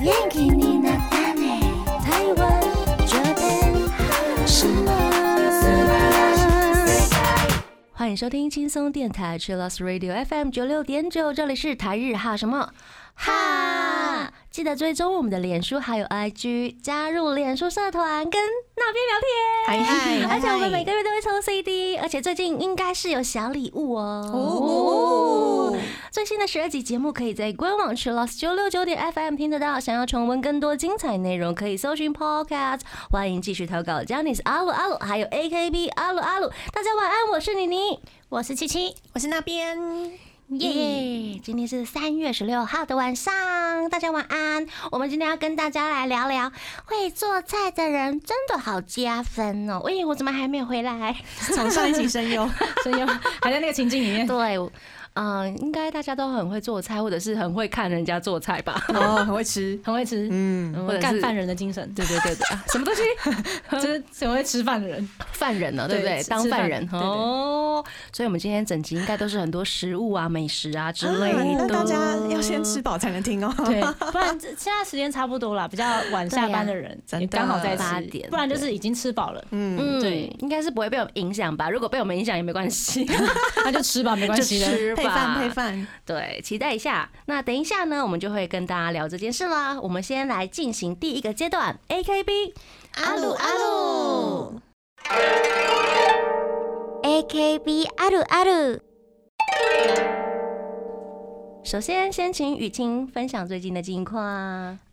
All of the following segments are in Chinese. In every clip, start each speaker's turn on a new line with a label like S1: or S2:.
S1: 元気になったね台湾这边什么？
S2: 欢迎收听轻松电台 Chillus Radio FM 九六点九，这里是台日哈什么哈，记得追踪我们的脸书还有 IG，加入脸书社团跟那边聊天。
S3: 嗨
S2: 而且我们每个月都会抽 CD，而且最近应该是有小礼物哦
S3: 哦。
S2: 最新的十二集节目可以在官网 Chillus 九六九点 FM 听得到。想要重温更多精彩内容，可以搜寻 Podcast。欢迎继续投稿 j a n i c e 阿鲁阿鲁，还有 AKB 阿鲁阿鲁。大家晚安，我是妮妮。
S3: 我是七七，我是那边。
S2: 耶！今天是三月十六号的晚上，大家晚安。我们今天要跟大家来聊聊，会做菜的人真的好加分哦。喂，我怎么还没有回来？
S3: 从上一集声优，
S4: 声优 还在那个情境里 面。
S2: 对，我嗯、应该大家都很会做菜，或者是很会看人家做菜吧？
S3: 哦，很会吃。
S4: 很会吃，
S3: 嗯，
S4: 嗯
S2: 或者是
S4: 干饭人的精神，
S2: 对对对对，啊
S4: 什么东西？ 就是很会吃饭的人。
S2: 犯人了，对不
S4: 对
S2: 对？
S4: 吃
S2: 当
S4: 吃
S2: 犯
S4: 饭
S2: 人
S4: 对对
S2: 哦。所以，我们今天整集应该都是很多食物啊、美食啊之类
S5: 嗯
S3: 啊
S2: 的。
S3: 那大家要先吃饱才能听哦。
S4: 对，不然这现在时间差不多了，比较晚下班的人
S3: 对啊
S4: 也刚好在
S2: 八
S4: 吃
S2: 点，
S4: 不然就是已经吃饱了，
S3: 嗯，
S2: 嗯，
S4: 对
S2: 应该是不会被我们影响吧？如果被我们影响也没关系。
S4: 那就吃吧，没关
S2: 就
S4: 系的。
S2: 吃吧，
S3: 配饭配饭，
S2: 对，期待一下。那等一下呢，我们就会跟大家聊这件事啦。我们先来进行第一个阶段，A K B
S1: 阿鲁阿鲁，AKB 阿鲁阿鲁。
S2: 首先，先请雨晴分享最近的近况。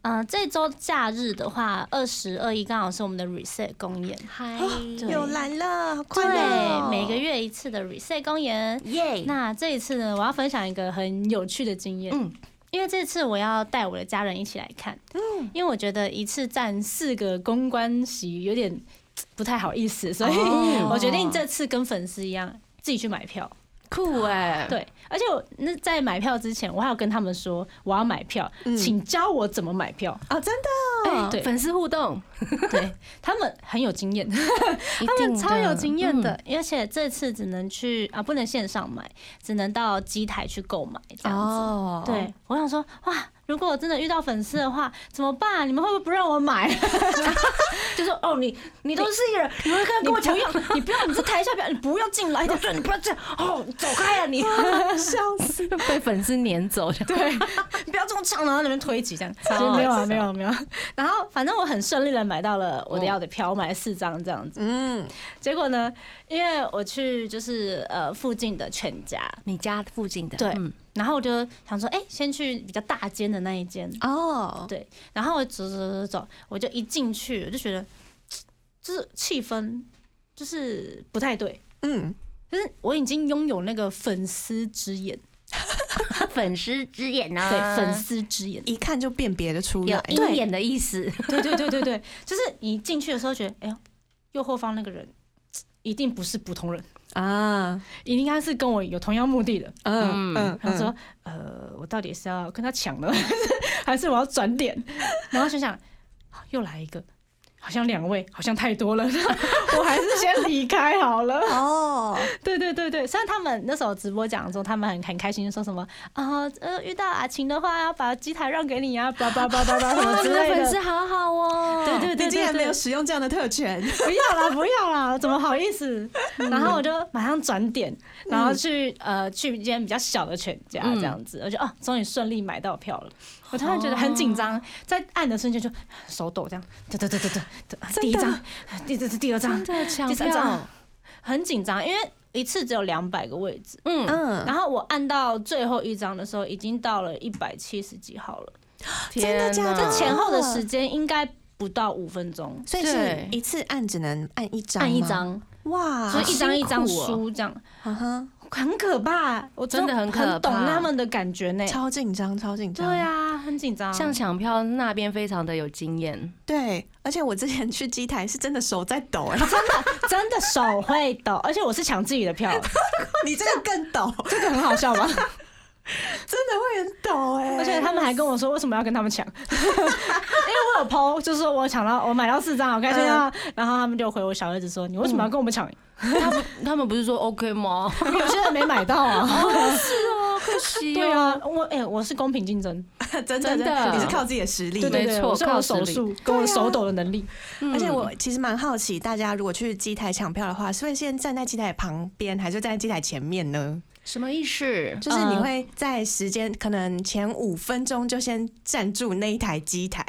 S5: 嗯、这周假日的话，二十二一刚好是我们的 reset 公演，
S2: 嗨
S5: 对
S3: 又来了，好快乐
S5: 对，
S3: 哦。
S5: 每个月一次的 reset 公演。
S2: 耶！那
S5: 那这一次呢，我要分享一个很有趣的经验，
S2: 嗯
S5: 因为这次我要带我的家人一起来看，
S3: 嗯
S5: 因为我觉得一次站四个公关席有点不太好意思，所以
S2: 哦
S5: 我决定这次跟粉丝一样。自己去买票，
S2: 酷哎，
S5: 对，而且我那在买票之前，我还有跟他们说我要买票，
S3: 嗯
S5: 请教我怎么买票。
S3: 哦，真的
S2: 哎，
S5: 对
S2: 粉丝互动，
S5: 对他们很有经 验，
S2: 他
S5: 他们超有经验的，而且这次只能去啊，不能线上买，只能到机台去购买这样子。
S3: 哦，
S5: 对，我想说，哇，如果我真的遇到粉丝的话，怎么办？你们会不会不让我 买？就说哦，你你都是一个人，你会跟跟我抢用，你不要，你这台下不要，你不要进来的，对，你不要这样，哦，走开啊 你，
S3: 笑死，
S2: 嗯 被粉丝撵走，对，
S5: 你不要这么抢，然后在那边推挤这样。
S2: 超好
S5: 没有啊，
S2: 笑
S5: 没有啊没有啊。然后反正我很顺利的买到了我的要的票，我买了四张这样子。
S3: 嗯，
S5: 结果呢，因为我去就是呃附近的全家，
S2: 你家附近的
S5: 对
S2: 嗯
S5: 然后我就想说，哎、先去比较大间的那一间，
S3: 哦，
S5: 对，然后我走走走走走，我就一进去，我就觉得就是气氛就是不太对，
S3: 嗯，
S5: 就是我已经拥有那个粉丝之眼，
S2: 粉丝之眼啊，
S5: 对，粉丝 之眼，
S3: 一看就辨别的出
S2: 有
S3: 来，
S2: 鹰眼的意 思，
S5: 对对对对对，就是你进去的时候觉得，哎呦，右后方那个人一定不是普通人，
S3: 啊，
S5: 一定他是跟我有同样目的的。
S3: 嗯嗯，
S5: 他说：“呃，我到底是要跟他抢呢， 还是我要转点？”然后就想，啊又来一个，好像两位，好像太多了， 我还是先离开好了。
S3: 哦，
S5: 对对对对，虽然他们那时候直播讲的时候，他们很很开心，说什么啊呃遇到阿晴的话，要把机台让给你啊，叭叭叭叭叭 什么
S2: 你
S5: 之
S2: 哦的
S5: 类
S2: 粉
S5: 的。
S2: 丝好好哦，
S5: 对对
S3: 你
S5: 对
S3: 竟
S5: 对
S3: 然没有
S5: 对，
S3: 使用这样的特权，
S5: 不要啦不要啦，怎么好意思？
S2: 嗯
S5: 然后我就马上转点，然后去呃去一间比较小的全家
S2: 嗯
S5: 这样子，我就哦终于顺利买到票了。我突然
S2: 哦
S5: 觉得很紧张，在按的瞬间就手抖，这样，对对对对对，
S3: 的
S5: 第一张，第第第二 张
S2: 真，的抢
S5: 第三张
S2: 票，，
S5: 很紧张，因为一次只有两百个位置，
S2: 嗯，
S3: 嗯，
S5: 然后我按到最后一张的时候，已经到了一百七十几号了，
S3: 真的假的
S2: 天哪
S3: 这
S5: 前后的时间应该不到五分钟，
S3: 所以是
S2: 对
S3: 一次按只能按一张吗，
S5: 按一张，
S3: 哇，
S5: 所以一张一张
S2: 好辛苦哦
S5: 输这样，
S3: 啊哈，
S5: 很可怕，我
S2: 真的很可怕
S5: 很懂他们的感觉呢。
S3: 超紧张，超紧
S5: 对
S3: 张，
S5: 啊，很紧张，
S2: 像抢票那边非常的有经 验，
S3: 对，而且我之前去机台是真的手在抖， 哎，
S5: 真的手会抖， 而且我是抢自己的票，
S3: 你这个更抖，
S5: 这个很好笑吧？
S3: 真的会很抖，哎，
S5: 而且他们还跟我说为什么要跟他们抢， 因为我有 PO，就是说我抢到我买到四张，好开心啊！
S2: 嗯
S5: 然后他们就回我小儿子说你为什么要跟我们抢？
S2: 他们他们不是说 OK 吗？
S5: 有些人没买到啊。 啊
S2: 哦，可惜
S5: 对，啊，我哎、我是公平竞争，
S3: 真的
S2: 真的
S3: 真的，你是靠自己的实力。
S5: 对对对，
S2: 没错
S5: 我是有
S2: 靠实
S5: 手
S2: 力啊
S5: 速跟我手抖的能力，
S2: 嗯
S3: 而且
S5: 嗯
S3: 我其实蛮好奇，大家如果去机台抢票的话，是会先站在机台旁边，还是站在机台前面呢？
S2: 什么意思？
S3: 就是
S5: 嗯
S3: 你会在时间可能前五分钟就先站住那一台机台，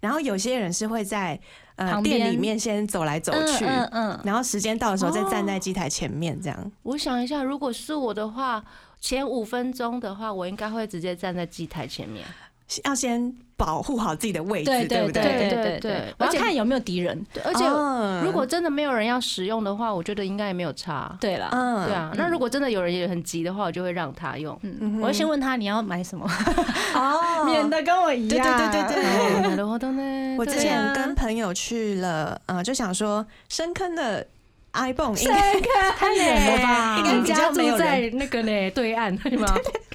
S3: 然后有些人是会在呃
S5: 旁边
S3: 店里面先走来走去，
S5: 嗯哦嗯，
S3: 然后时间到的时候再站在机台前面这样。
S2: 我想一下，如果是我的话，前五分钟的话，我应该会直接站在机台前面。
S3: 要先保护好自己的位置，
S5: 对对
S3: 不
S2: 对
S5: 对
S2: 对
S5: 对
S2: 对
S5: 对，我要
S2: 而且
S5: 看有没有敌人。
S2: 对，而且
S3: 且
S2: 如果真的没有人要使用的话，我觉得应该也没有差。
S5: 对啦，
S3: 嗯
S2: 对啊，那如果真的有人也很急的话，我就会让他 用。
S5: 嗯我要先问他你要买什么，
S3: 哦
S5: 免得跟我一
S3: 对
S5: 样。
S3: 对对对对。
S2: なるほどね
S3: 我之
S2: 对啊
S3: 前跟朋友去了，呃，就想说深坑的 iPhone 应该
S5: 太远了吧？
S3: 应该
S2: 你
S3: 比
S2: 家
S3: 较没
S2: 住
S3: 有人
S2: 在那个呢对岸是吗？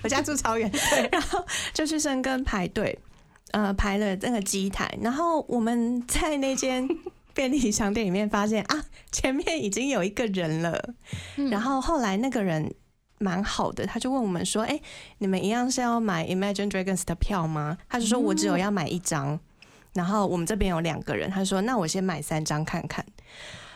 S3: 我家住超远， 然后就去深坑排队，呃，排了那个机台，然后我们在那间便利商店里面发现啊，前面已经有一个人了，
S1: 嗯
S3: 然后后来那个人。蛮好的，他就问我们说：“哎、你们一样是要买 Imagine Dragons 的票吗？”他就说：“我只有要买一张。然后我们这边有两个人，他说：“那我先买三张看看。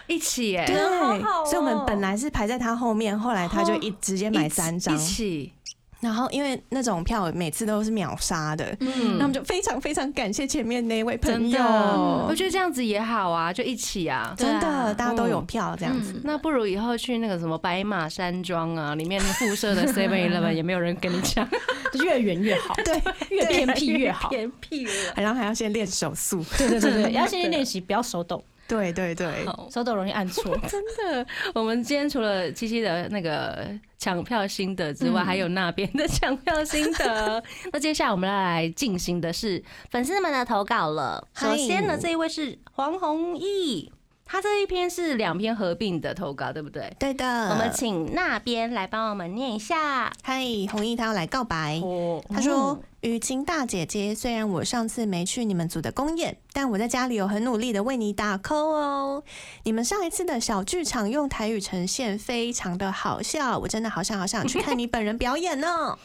S2: 一起耶，
S3: 对，
S6: 好好哦
S3: 所以我们本来是排在他后面，后来他就一直接买
S2: 一起
S3: 三张
S2: 一，起，
S3: 然后因为那种票每次都是秒杀的，
S5: 嗯
S3: 那我们就非常非常感谢前面那一位嗯朋
S2: 真的，
S3: 友
S2: 我，觉得这样子也好啊，就一起啊。嗯
S3: 真
S6: 对啊
S3: 的大家都有票这样子。
S2: 那不如以后去那个什么白马山庄啊，里面附设的 Seven Eleven 也没有人跟你抢，
S5: 就越远越好，
S3: 对，
S5: 越偏僻越好。
S2: 偏僻了。
S3: 然后还要先练手速，
S5: 对对对对，要先练习，不要手抖，
S3: 对对对，
S5: 手抖容易 按错。
S2: 我们今天除了七七的那个抢票心得之外，还有那边的抢票心得。那接下来我们要来进行的是粉丝们的投稿了。首
S3: 嗨
S2: 先呢，这一位是黄宏毅，他这一篇是两篇合并的投稿，对不对？
S3: 对的。
S2: 我们请那边来帮我们念一下。嗯
S3: 嗨，红毅他要来告白。
S5: 哦，
S3: 他说：“雨晴大姐姐，虽然我上次没去你们组的公演，但我在家里有很努力的为你打 call 哦。你们上一次的小剧场用台语呈现非常的好笑，我真的好想好想去看你本人表演哦。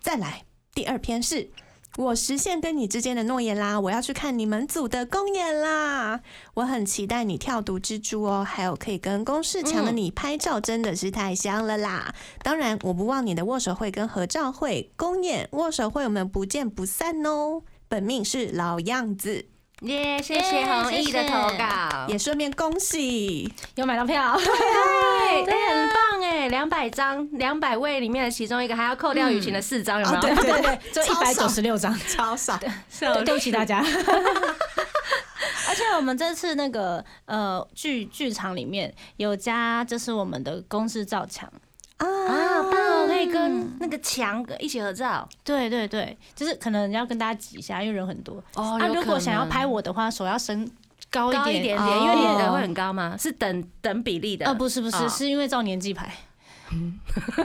S3: 再来，第二篇是。”我实现跟你之间的诺言啦！我要去看你们组的公演啦！我很期待你跳毒蜘蛛哦，还有可以跟公式强的你拍照，真的是太香了啦！当然，我不忘你的握手会跟合照会，公演握手会我们不见不散哦。本命是老样子，
S2: 耶、谢谢
S6: 耶
S2: 弘毅
S6: 谢
S2: 的
S6: 谢
S2: 投稿，
S3: 也顺便恭喜。
S5: 有买到票，
S2: 对，对，很棒哎，两百张，两百位里面的其中一个，还要扣掉雨晴的四张，有
S5: 啊
S2: 没有？
S3: 对对对，
S5: 就一百九十六张。
S3: 超少。
S5: 对对不起大家，
S6: 而且我们这次那个呃剧剧场里面有加，就是我们的公式照墙。
S2: 啊，棒哦！可以跟那个墙一起合照
S6: 对对对，就是可能要跟大家挤一下，因为人很多。
S2: 哦
S6: 啊，如果想要拍我的话，手要伸高
S2: 高一
S6: 一点。
S2: 点
S6: 啊
S2: 点，
S3: 哦
S2: 因为你的会很高吗？是等等比例的
S6: 呃，不是不
S2: 哦
S6: 是，是因为照年纪 排，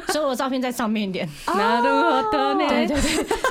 S6: 所以我的照片在上面一点。
S2: 拿得多
S5: 对对对，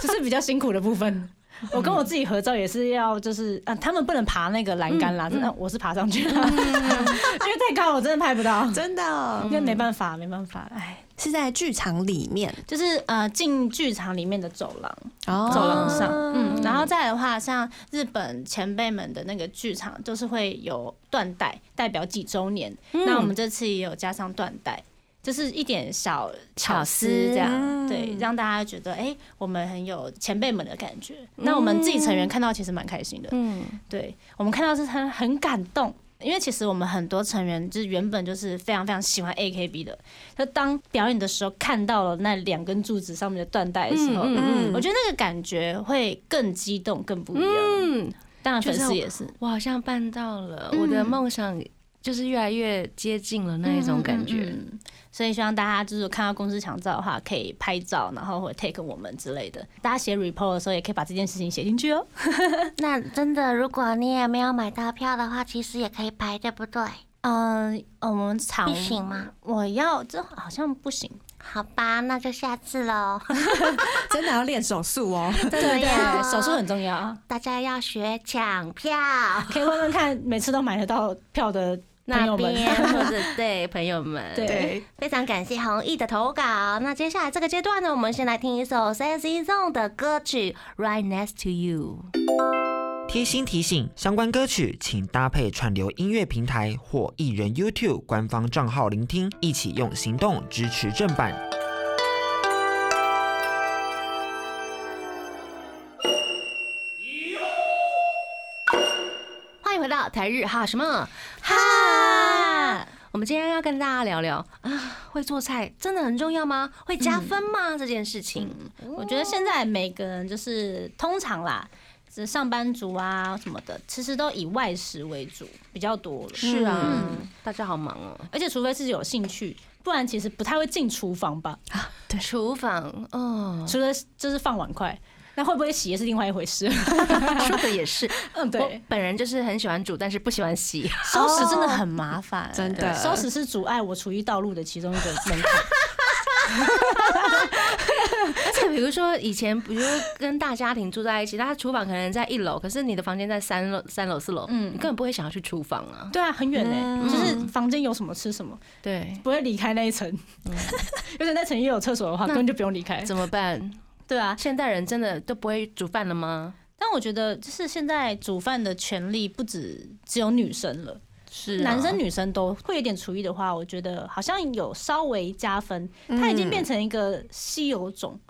S5: 就是比较辛苦的部分。我跟我自己合照也是要，就是啊，他们不能爬那个栏杆啦，那我是爬上去了，因 为太高我真的拍不到，
S3: 真的哦
S5: 那没办法，没办法，哎，
S3: 是在剧场里面
S6: 就是呃进剧场里面的走廊，
S3: 哦
S6: 走廊上，嗯，然后再来的话，像日本前辈们的那个剧场，就是会有缎带，代表几周年。
S2: 嗯
S6: 那我们这次也有加上缎带，就是一点小巧思这
S2: 嗯
S6: 样，对，让大家觉得哎、我们很有前辈们的感觉。那我们自己成员看到其实蛮开心的，
S2: 嗯，
S6: 对我们看到是他很感动。因为其实我们很多成员就是原本就是非常非常喜欢 AKB 的，就当表演的时候看到了那两根柱子上面的缎带的时候，
S2: 嗯
S3: 嗯
S6: 我觉得那个感觉会更激动、更不一样。
S2: 嗯，
S6: 当然，粉
S2: 就是
S6: 丝也是，
S2: 我好像办到了，我的梦想就是越来越接近了那一种感觉。
S6: 嗯嗯嗯所以希望大家就是看到公司强照的话，可以拍照，然后或者 take 我们之类的。大家写 report 的时候，也可以把这件事情写进去哦。
S1: 嗯那真的，如果你也没有买到票的话，其实也可以排，对不对？
S6: 嗯，我们场
S1: 不行吗？
S6: 我要这好像不行，
S1: 好吧，那就下次喽。
S3: 真的要练手速哦。
S1: 对
S6: 对，手术很重要啊，
S1: 大家要学抢票。
S5: 可以问问看，每次都买得到票的
S1: 朋
S2: 那
S1: 友 们
S2: 边或者对朋友们，
S1: 对
S3: 对，
S2: 非常感谢弘毅的投稿。那接下来这个阶段呢，我们先来听一首 s a s y Zone 的歌曲《Right Next to You》。
S7: 贴心提醒：相关歌曲请搭配串流音乐平台或艺人 YouTube 官方账号聆听，一起用行动支持正版。
S2: 欢迎回到台日哈什么哈。我们今天要跟大家聊聊啊，会做菜真的很重要吗？会加分吗？这件事情，
S5: 我觉得现在每个人就是通常啦，就是上班族啊什么的，其实都以外食为主比较多了。
S2: 是啊，大家好忙哦。
S5: 而且除非是有兴趣，不然其实不太会进厨房吧。
S2: 厨房，哦，
S5: 除了就是放碗筷，那会不会洗也是另外一回 事。
S2: 说的也 是， 我
S5: 嗯，对，
S2: 本人就是很喜欢煮，但是不喜欢 洗。
S5: 收拾真的很麻烦，
S3: 真的
S5: 收拾是阻碍我厨艺道路的其中一个门槛。
S2: 而且比如说以前，比如说跟大家庭住在一起，大家厨房可能在一楼，可是你的房间在三楼、三楼、四楼，
S5: 嗯
S2: 你根本不会想要去厨房啊。
S5: 对啊，很远呢，就是房间有什么吃什么，
S2: 对，
S5: 不会离开那一层。而嗯且那层也 有厕所的话，根本就不用离开。
S2: 怎么办？
S5: 对啊，
S2: 现代人真的都不会煮饭了吗？
S5: 但我觉得就是现在煮饭的权利不止只有女生了，
S2: 是啊
S5: 男生女生都会有点厨艺的话，我觉得好像有稍微加分。它已经变成一个稀有种，
S3: 嗯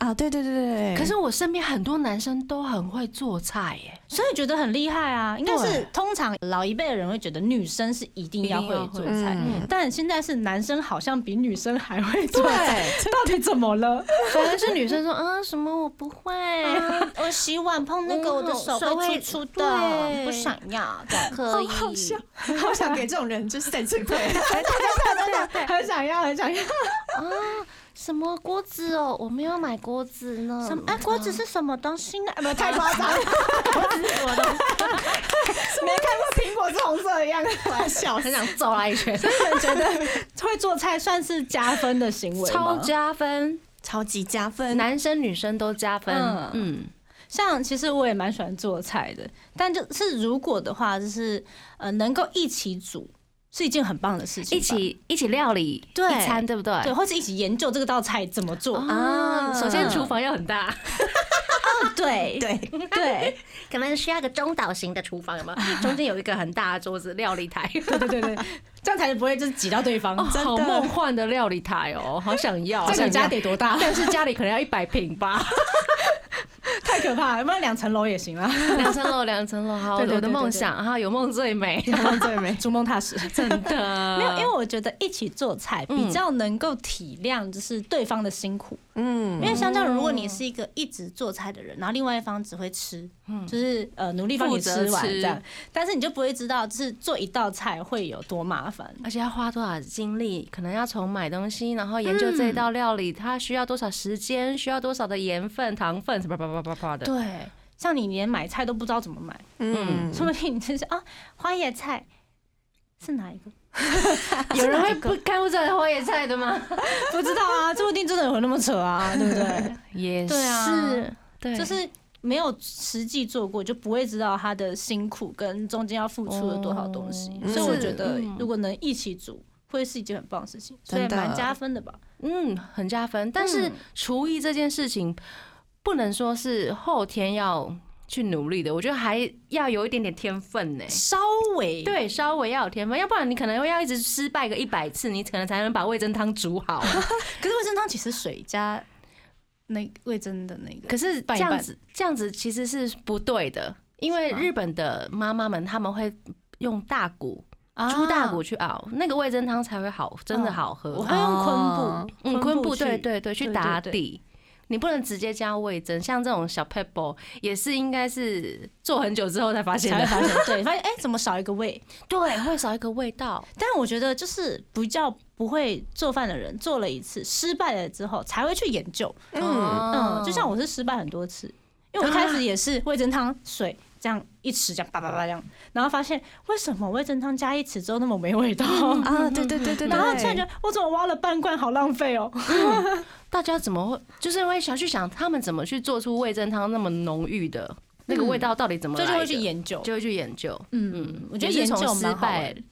S3: 啊，对对对对对，
S2: 可是我身边很多男生都很会做菜耶，
S5: 所以觉得很厉害啊。应该是通常老一辈的人会觉得女生是一定要会做菜，
S3: 嗯
S5: 但现在是男生好像比女生还会做菜，
S3: 对，啊
S5: 到底怎么了？
S2: 反而是女生说啊什么我不会，啊
S5: 我洗碗碰
S2: 那个我的手会粗粗的不想
S5: 要。
S2: 可以，
S3: 好想给这种人就是在最对，
S5: 很想要，很想要。
S2: 什么锅子哦，我没有买锅子呢，
S5: 什么？哎，锅子是什么东西呢？没有
S3: 太夸张 了，
S1: 没看过苹果是红色的样子，
S3: 我要笑死
S2: 很。想揍他一拳，
S5: 觉得会做菜算是加分的行为
S2: 超
S5: 吗？
S2: 加分，
S3: 超级加 分，
S2: 男生女生都加分
S5: 嗯，
S2: 嗯，
S5: 像其实我也蛮喜欢做菜的，但就是如果的话，就是呃能够一起煮是一件很棒的事情
S2: 一
S5: 吧，
S2: 起一起料理
S5: 对
S2: 一餐，对不对？
S5: 对，或者一起研究这个道菜怎么做。
S2: 啊，首先
S5: 嗯
S2: 厨房要很大，
S5: 啊对
S3: 对，
S5: 对
S2: 可能需要一个中岛型的厨房，有没有？中间有一个很大的桌子，料理 台。
S5: 对对对对，这样才不会就是挤到对方。
S3: 真的
S2: 好梦幻哦的料理台 哦，好想要，好
S5: 这
S2: 想
S5: 你家
S2: 要。
S5: 得多 大？
S2: 但是家里可能要一百平吧，
S5: 太可怕了，有没有两层楼也行啊？
S2: 两层楼，两层楼， 好，
S5: 对对对
S2: 我的梦
S5: 对对
S2: 想哈，有梦最美，
S5: 最美，逐梦踏实。
S2: 真的。嗯
S5: 没有，因为我觉得一起做菜比较能够体谅，就是对方的辛苦。
S3: 嗯，
S5: 因为相较如果
S2: 哦
S5: 你是一个一直做菜的人，然后另外一方只会吃，就是呃努力帮你吃
S2: 嗯负
S5: 完
S2: 责吃
S5: 这样，但是你就不会知道，就是做一道菜会有多麻烦。
S2: 而且要花多少精力，可能要从买东西，然后研究这一道料理，它需要多少时间，需要多少的盐分、糖分，什么叭叭叭叭叭的。
S5: 对，像你连买菜都不知道怎么买，
S3: 嗯，
S5: 说不定你就是啊花椰菜是哪一个？
S2: 有 人会不看不出来花椰菜的吗？
S5: 不知道啊，说不定真的有那么扯啊，对不对？
S2: 也
S5: 对
S2: 是，
S5: 啊，
S2: 对，
S5: 就是。没有实际做过，就不会知道他的辛苦跟中间要付出了多少东西，
S2: 哦
S5: 所以我
S2: 是
S5: 觉得
S2: 嗯
S5: 如果能一起煮，会是一件很棒的事情，所以
S3: 真的
S5: 蛮加分的吧。
S2: 嗯，很加分。但是
S5: 嗯
S2: 厨艺这件事情，不能说是后天要去努力的，我觉得还要有一点点天分呢、
S5: 稍微，
S2: 对，稍微要有天分，要不然你可能会要一直失败个一百次，你可能才能把味噌汤煮好。啊
S5: 可是味噌汤其实水加那味噌的那个，
S2: 可是这
S5: 拌一拌
S2: 样子，这样子其实是不对的，因为
S5: 是吗
S2: 日本的妈妈们他们会用大骨、猪大骨
S5: 啊，
S2: 去熬，那个味噌汤才会好，真的好喝。
S5: 我会用哦昆布，
S2: 嗯，昆布对
S5: 去，
S2: 对对，去
S5: 对
S2: 打
S5: 对
S2: 底。你不能直接加味增，像这种小 pebble 也是应该是做很久之后才发现
S5: 才
S2: 的，
S5: 会发现，对， 发现哎、怎么少一个味？
S2: 对，会少一个味道。
S5: 但我觉得就是比较不会做饭的人，做了一次失败了之后才会去研究，
S3: 嗯
S5: 嗯，就像我是失败很多次，因为我一开始也是味噌汤水这样一匙这样叭叭叭这样，然后发现为什么味噌汤加一匙之后那么没味道，
S3: 啊，对对对对，
S5: 然后
S3: 对
S5: 突然觉得我怎么挖了半罐，好浪费哦。
S2: 大家怎么会就是会想去想他们怎么去做出味增汤那么浓郁的那个味道到底怎么
S5: 嗯这
S2: 来
S5: 就
S2: 的？
S5: 会去研究。
S2: 就会去研究。
S5: 嗯，我觉得
S2: 也
S5: 研
S2: 是从
S5: 究
S2: 失
S5: 蛮好
S2: 败
S5: 玩的。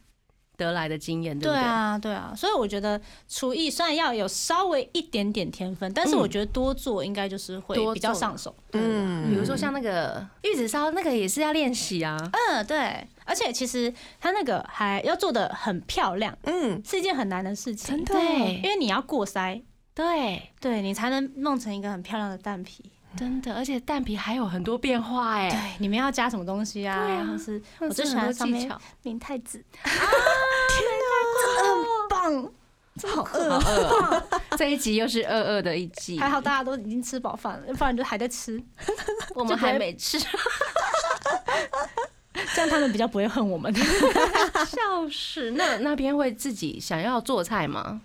S2: 得来的经验，对
S5: 对
S2: 不对？
S5: 啊，对啊，所以我觉得厨艺虽然要有稍微一点点天分，但是我觉得多做应该就是会
S2: 嗯多
S5: 比较
S2: 做
S5: 上手。
S3: 嗯
S2: 比如说像那个玉子烧，那个也是要练习啊。
S5: 嗯，对，而且其实它那个还要做的很漂亮，
S3: 嗯，
S5: 是一件很难的事情，因
S2: 对
S5: 为你要过筛，
S2: 对，
S5: 对你才能弄成一个很漂亮的蛋皮。
S2: 真的，而且蛋皮还有很多变化哎、
S5: 对，里面要加什么东西
S2: 对
S5: 啊
S2: 啊？
S5: 或是
S2: 那
S5: 我最
S2: 是
S5: 喜
S2: 很
S5: 欢
S2: 多
S5: 上
S2: 技
S5: 面
S2: 巧，
S5: 明 太子，啊
S3: 好饿哦，
S2: 饿， 这一集又是饿饿的一集，
S5: 还好大家都已经吃饱饭了，要不然就还在吃，
S2: 我们还没吃，
S5: 这样他们比较不会恨我们。
S2: 笑死。那那边会自己想要做菜吗？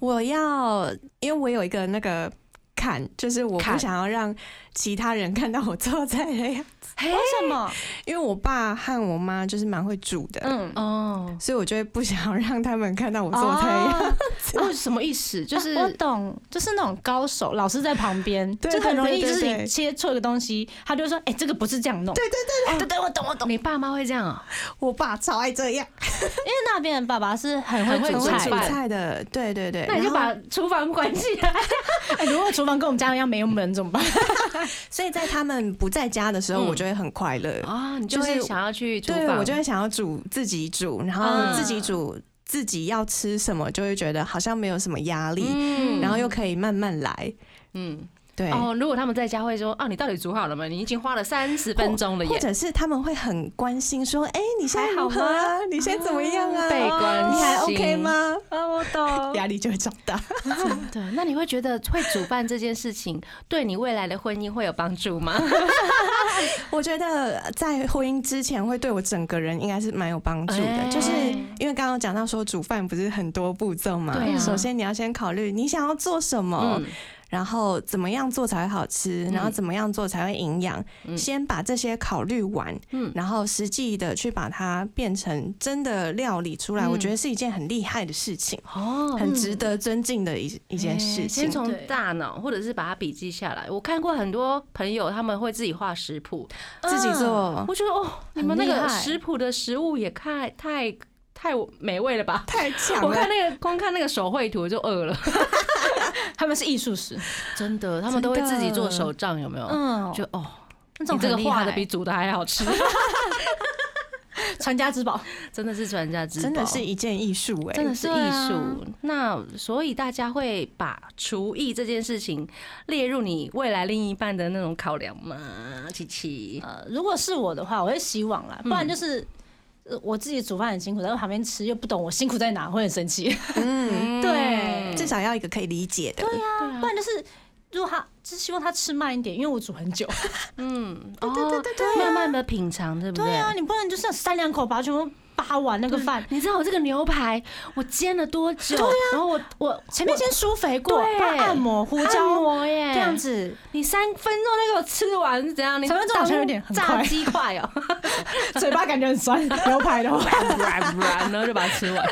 S3: 我要，因为我有一个那个坎，就是我不
S2: 坎
S3: 想要让其他人看到我做菜的样子，
S2: 嘿
S5: 为，什么？
S3: 因为我爸和我妈就是蛮会煮的，
S5: 嗯，
S2: 哦，
S3: 所以我就会不想要让他们看到我做菜的样子。
S5: 哦，
S2: 哦，什么意思？就
S5: 我
S2: 是
S5: 懂，就是那种高手，老师在旁边，
S3: 对
S5: 就很容
S3: 对
S5: 易，就
S3: 对
S5: 是
S3: 对
S5: 你切错一个东西，他就说：“哎，这个不是这样弄。”对对对对对，我懂我懂。
S2: 你爸妈会这样啊？
S3: 我爸超爱这样，
S5: 因为那边的爸爸是很
S2: 很
S5: 会
S2: 会
S5: 煮
S3: 很会
S5: 菜
S3: 煮
S2: 饭
S3: 菜的，对对对。
S2: 那你就
S3: 然后
S2: 把厨房关 起来。
S5: 哎，如果厨房跟我们家一样没有门怎么办？
S3: 所以在他们不在家的时候，
S2: 嗯
S3: 我就会很快乐。
S2: 啊，你就
S3: 就是
S2: 会想要去厨
S3: 对，
S2: 房，
S3: 我就会想要煮自己煮，然
S2: 嗯
S3: 后自己煮、自己要吃什么，就会觉得好像没有什么压力，
S2: 嗯
S3: 然后又可以慢慢来。
S2: 嗯
S3: 对，
S2: 哦，如果他们在家会说啊，你到底煮好了吗？你已经花了三十分钟了
S3: 或
S2: 耶，
S3: 者是他们会很关心说：“哎、你现在
S2: 还好
S3: 如何啊？你现在怎么样啊？
S2: 被关心，
S3: 你还 OK？吗
S5: 啊，我懂。？”
S3: 压力就会长大。
S2: 对，那你会觉得会煮饭这件事情对你未来的婚姻会有帮助吗？
S3: 我觉得在婚姻之前会对我整个人应该是蛮有帮助的，
S2: 哎
S3: 就是因为刚刚讲到说煮饭不是很多步骤嘛，
S2: 对啊
S3: 首先你要先考虑你想要做什么，
S2: 嗯，
S3: 然后怎么样做才会好吃，
S2: 嗯
S3: 然后怎么样做才会营养，
S2: 嗯
S3: 先把这些考虑完，
S2: 嗯
S3: 然后实际的去把它变成真的料理出来，
S2: 嗯
S3: 我觉得是一件很厉害的事情，
S2: 哦，
S3: 很值得尊敬的一一件事
S2: 哎
S3: 情
S2: 先。从
S5: 对
S2: 大脑或者是把它笔记下来。我看过很多朋友他们会自己画食谱，
S3: 自
S2: 哎
S3: 己做
S2: 我觉得哦，你
S5: 很
S2: 们那
S5: 厉
S2: 个
S5: 害
S2: 食谱的食物也太太太美味了吧！
S3: 太强
S2: 我看
S3: 了，
S2: 那个光看那个手绘图就饿了，
S5: 他们是艺术史，
S2: 真的，他们都会自己做手账，有没有？
S5: 嗯，
S2: 就哦，
S5: 那
S2: 你
S5: 种
S2: 这个
S5: 很厉
S2: 画的
S5: 害
S2: 比煮的还好吃，
S5: 传家之宝。
S2: 真的是专家之宝，
S3: 真的是一件艺术哎，
S2: 真的是
S5: 对
S2: 艺
S5: 啊
S2: 术。那所以大家会把厨艺这件事情列入你未来另一半的那种考量吗？琪琪，
S5: 呃，如果是我的话，我会希望啦，不然就是。呃我自己煮饭很辛苦，在旁边吃又不懂我辛苦在哪，会很生气。
S3: 嗯，
S5: 对
S3: 至少要一个可以理解的。
S5: 不然就是，如果他就是希望他吃慢一点，因为我煮很久。
S2: 嗯，对对对对，慢慢的品尝，对不对？
S5: 对啊，你不能就是三两口把它全部扒完那个饭。
S2: 你知道我这个牛排我煎了多久？然后我我
S5: 前面先疏肥过，
S2: 对
S5: 把嗯它按摩胡
S2: 按
S5: 椒
S2: 摩耶，
S5: 这样子，
S2: 你三分钟就给我吃完是怎样？你
S5: 三分钟好像有点
S2: 当
S5: 很快
S2: 炸鸡块哦，
S5: 嘴巴感觉很 酸，牛排的话。
S2: 然后就把它吃完。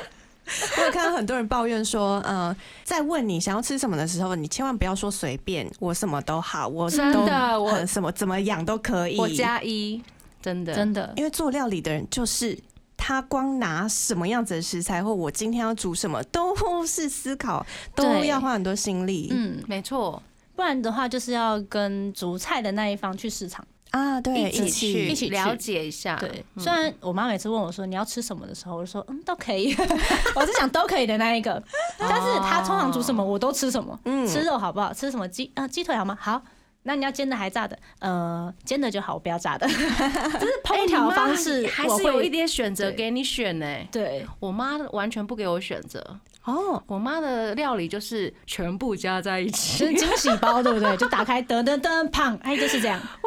S3: 我有看到很多人抱怨说，呃，在问你想要吃什么的时候，你千万不要说随便，我什么都好，我
S2: 真
S3: 都
S2: 的我
S3: 很什么怎么样都可以。
S2: 我加一，真的
S5: 真的，
S3: 因为做料理的人就是。他光拿什么样子的食材，或我今天要煮什么，都是思考，都
S5: 对
S3: 要花很多心力。嗯
S5: 嗯，
S2: 没错，
S5: 不然的话就是要跟煮菜的那一方去市场。
S3: 啊，对，
S2: 一
S3: 起
S2: 去
S5: 一起去
S2: 了解一下，
S5: 对，
S2: 嗯
S5: 虽然我妈每次问我说你要吃什么的时候，我就说嗯都可 以，我是讲都可以的那一个。但是她通常煮什么我都吃什么，
S3: 嗯
S5: 吃肉好不好？吃什么鸡啊鸡腿好吗？好。那你要煎的还炸的？呃，煎的就好，我不要 炸的。就是烹调方式，
S2: 哎还
S5: 我
S2: 是
S5: 会
S2: 有一点选择
S5: 对
S2: 给你选呢、
S5: 对，
S2: 我妈完全不给我选择，
S3: 哦，
S2: 我妈的料理就是全部加在一
S5: 就是
S2: 起。
S5: 惊喜包，对不对？就打开，噔噔噔，胖，哎，就是这样。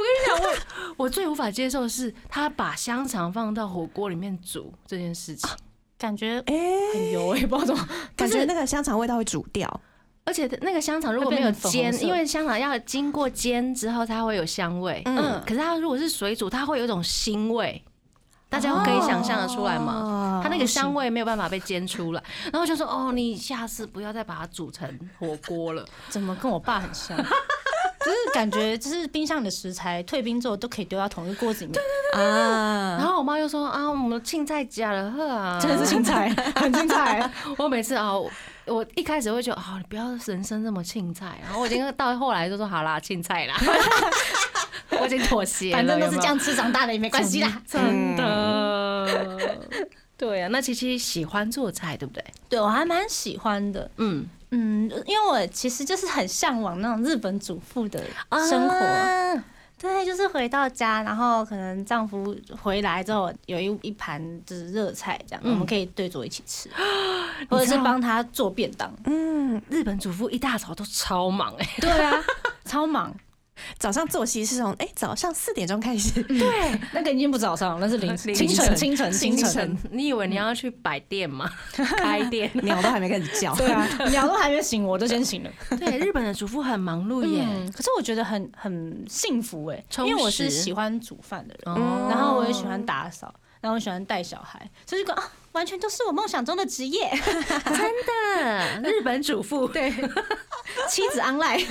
S2: 我最无法接受的是她把香肠放到火锅里面煮这件事情，
S5: 感觉
S3: 哎、
S5: 很油哎、 不知道怎么。
S3: 感觉
S2: 是
S3: 那个香肠味道会煮 掉。
S2: 而且那个香肠如果
S5: 会
S2: 没
S5: 变
S2: 有
S5: 成粉红
S2: 煎，
S5: 色
S2: 因为香肠要经过煎之后它会有香味，嗯
S3: 嗯，
S2: 可是它如果是水煮，它会有一种腥味，大家可以想象得出来吗？
S3: 哦
S2: 它那个香味没有办法被煎出来，然后就说哦，你下次不要再把它煮成火锅了。
S5: 怎么跟我爸很像？就是感觉就是冰箱里的食材退冰之后都可以丢到同一个锅子里面，
S3: 啊，
S2: 然后我妈又说啊，我们青菜加了呵啊，
S5: 真的是青菜，很精彩。
S2: 我每次啊，我我一开始会觉得啊，你不要人生这么青菜，然后我已经到后来就说好啦，青菜 啦，我已经妥协了，
S5: 反正都是这
S2: 有
S5: 样吃长大的，也没关系啦。
S2: 没有，真的。对啊，那琪琪喜欢做菜，对不对？
S5: 对我还蛮喜欢的，
S2: 嗯，
S5: 嗯，因为我其实就是很向往那种日本主妇的生活。
S2: 啊
S5: 对，就是回到家，然后可能丈夫回来之后有一一盘就是热菜这样，我们可以对坐一起吃，或者是帮他做便当。
S3: 嗯，
S2: 日本主妇一大早都超忙哎、
S5: 对啊，超忙。
S3: 早上作息是从哎、早上四点钟开始，
S5: 对，那个已经不早上了，那是 凌晨、清晨、清晨、清晨。
S2: 你以为你要去摆店吗？开店？
S3: 鸟都还没开始叫。
S5: 对啊， 鸟都还没醒，我都先 醒了。
S2: 对，日本的主妇很忙碌耶。
S5: 嗯，可是我觉得很很幸福哎、
S2: 充
S5: 因为我是
S2: 实
S5: 喜欢煮饭的人，
S2: 哦
S5: 然后我也喜欢打扫，然后我喜欢带小孩，所以就觉得啊，完全都是我梦想中的职 业，
S2: 真的，日本主妇。对，
S5: 妻子 online，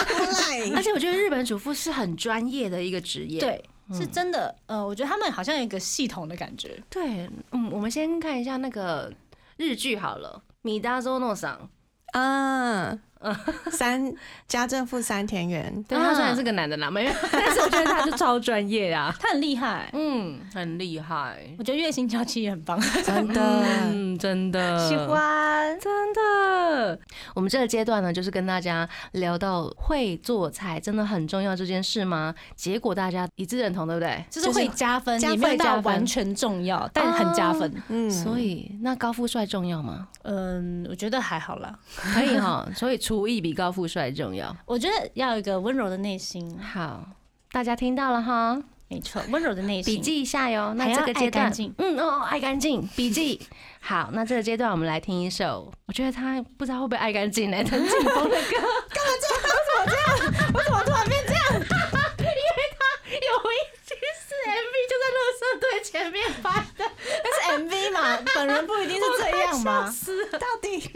S2: 而且我觉得日本主妇是很专业的一个职业。
S5: 对，是真的。呃，我觉得他们好像有一个系统的感觉，
S2: 对，嗯，我们先看一下那个日剧好了，《米达周诺桑》。
S3: 啊，
S5: 嗯
S3: 三家政妇三田园，
S2: 对
S5: 啊
S2: 他虽然是个男的啦，没有， 但是我觉得他就超专业啊。
S5: 他很厉害。
S2: 嗯，很厉害。
S5: 我觉得月薪娇妻也很 棒，
S3: 真的，
S2: 嗯，真的
S5: 喜欢。
S2: 真的， 我们这个阶段呢，就是跟大家聊到会做菜真的很重要这件事吗？结果大家一致认同，对不对？
S5: 就是会加分，哦
S3: 加
S5: 也没有
S3: 分加
S5: 到
S3: 分
S5: 完全重要，但很加分。
S3: 嗯，
S2: 所以那高富帅重要吗？
S5: 嗯，我觉得还好啦。
S2: 可以哈，所以厨艺比高富帅重要。
S5: 我觉得要有一个温柔的内心，
S2: 好，大家听到了哈，
S5: 没错，温柔的内心。
S2: 笔记一下哟。
S5: 还
S2: 那
S5: 要
S2: 这个阶
S5: 爱干
S2: 段
S5: 净，
S2: 嗯哦，哦爱干净，笔 记。好，那这个阶段我们来听一首，我觉得他不知道会不会爱干净呢？ 陈景峰的歌。干嘛这样？为什么这样？为什么突然变这样？因为他有一集是 MV 就在乐色队前面拍的，
S5: 那是 MV 嘛，本人不一定是这 样嘛。
S3: 到底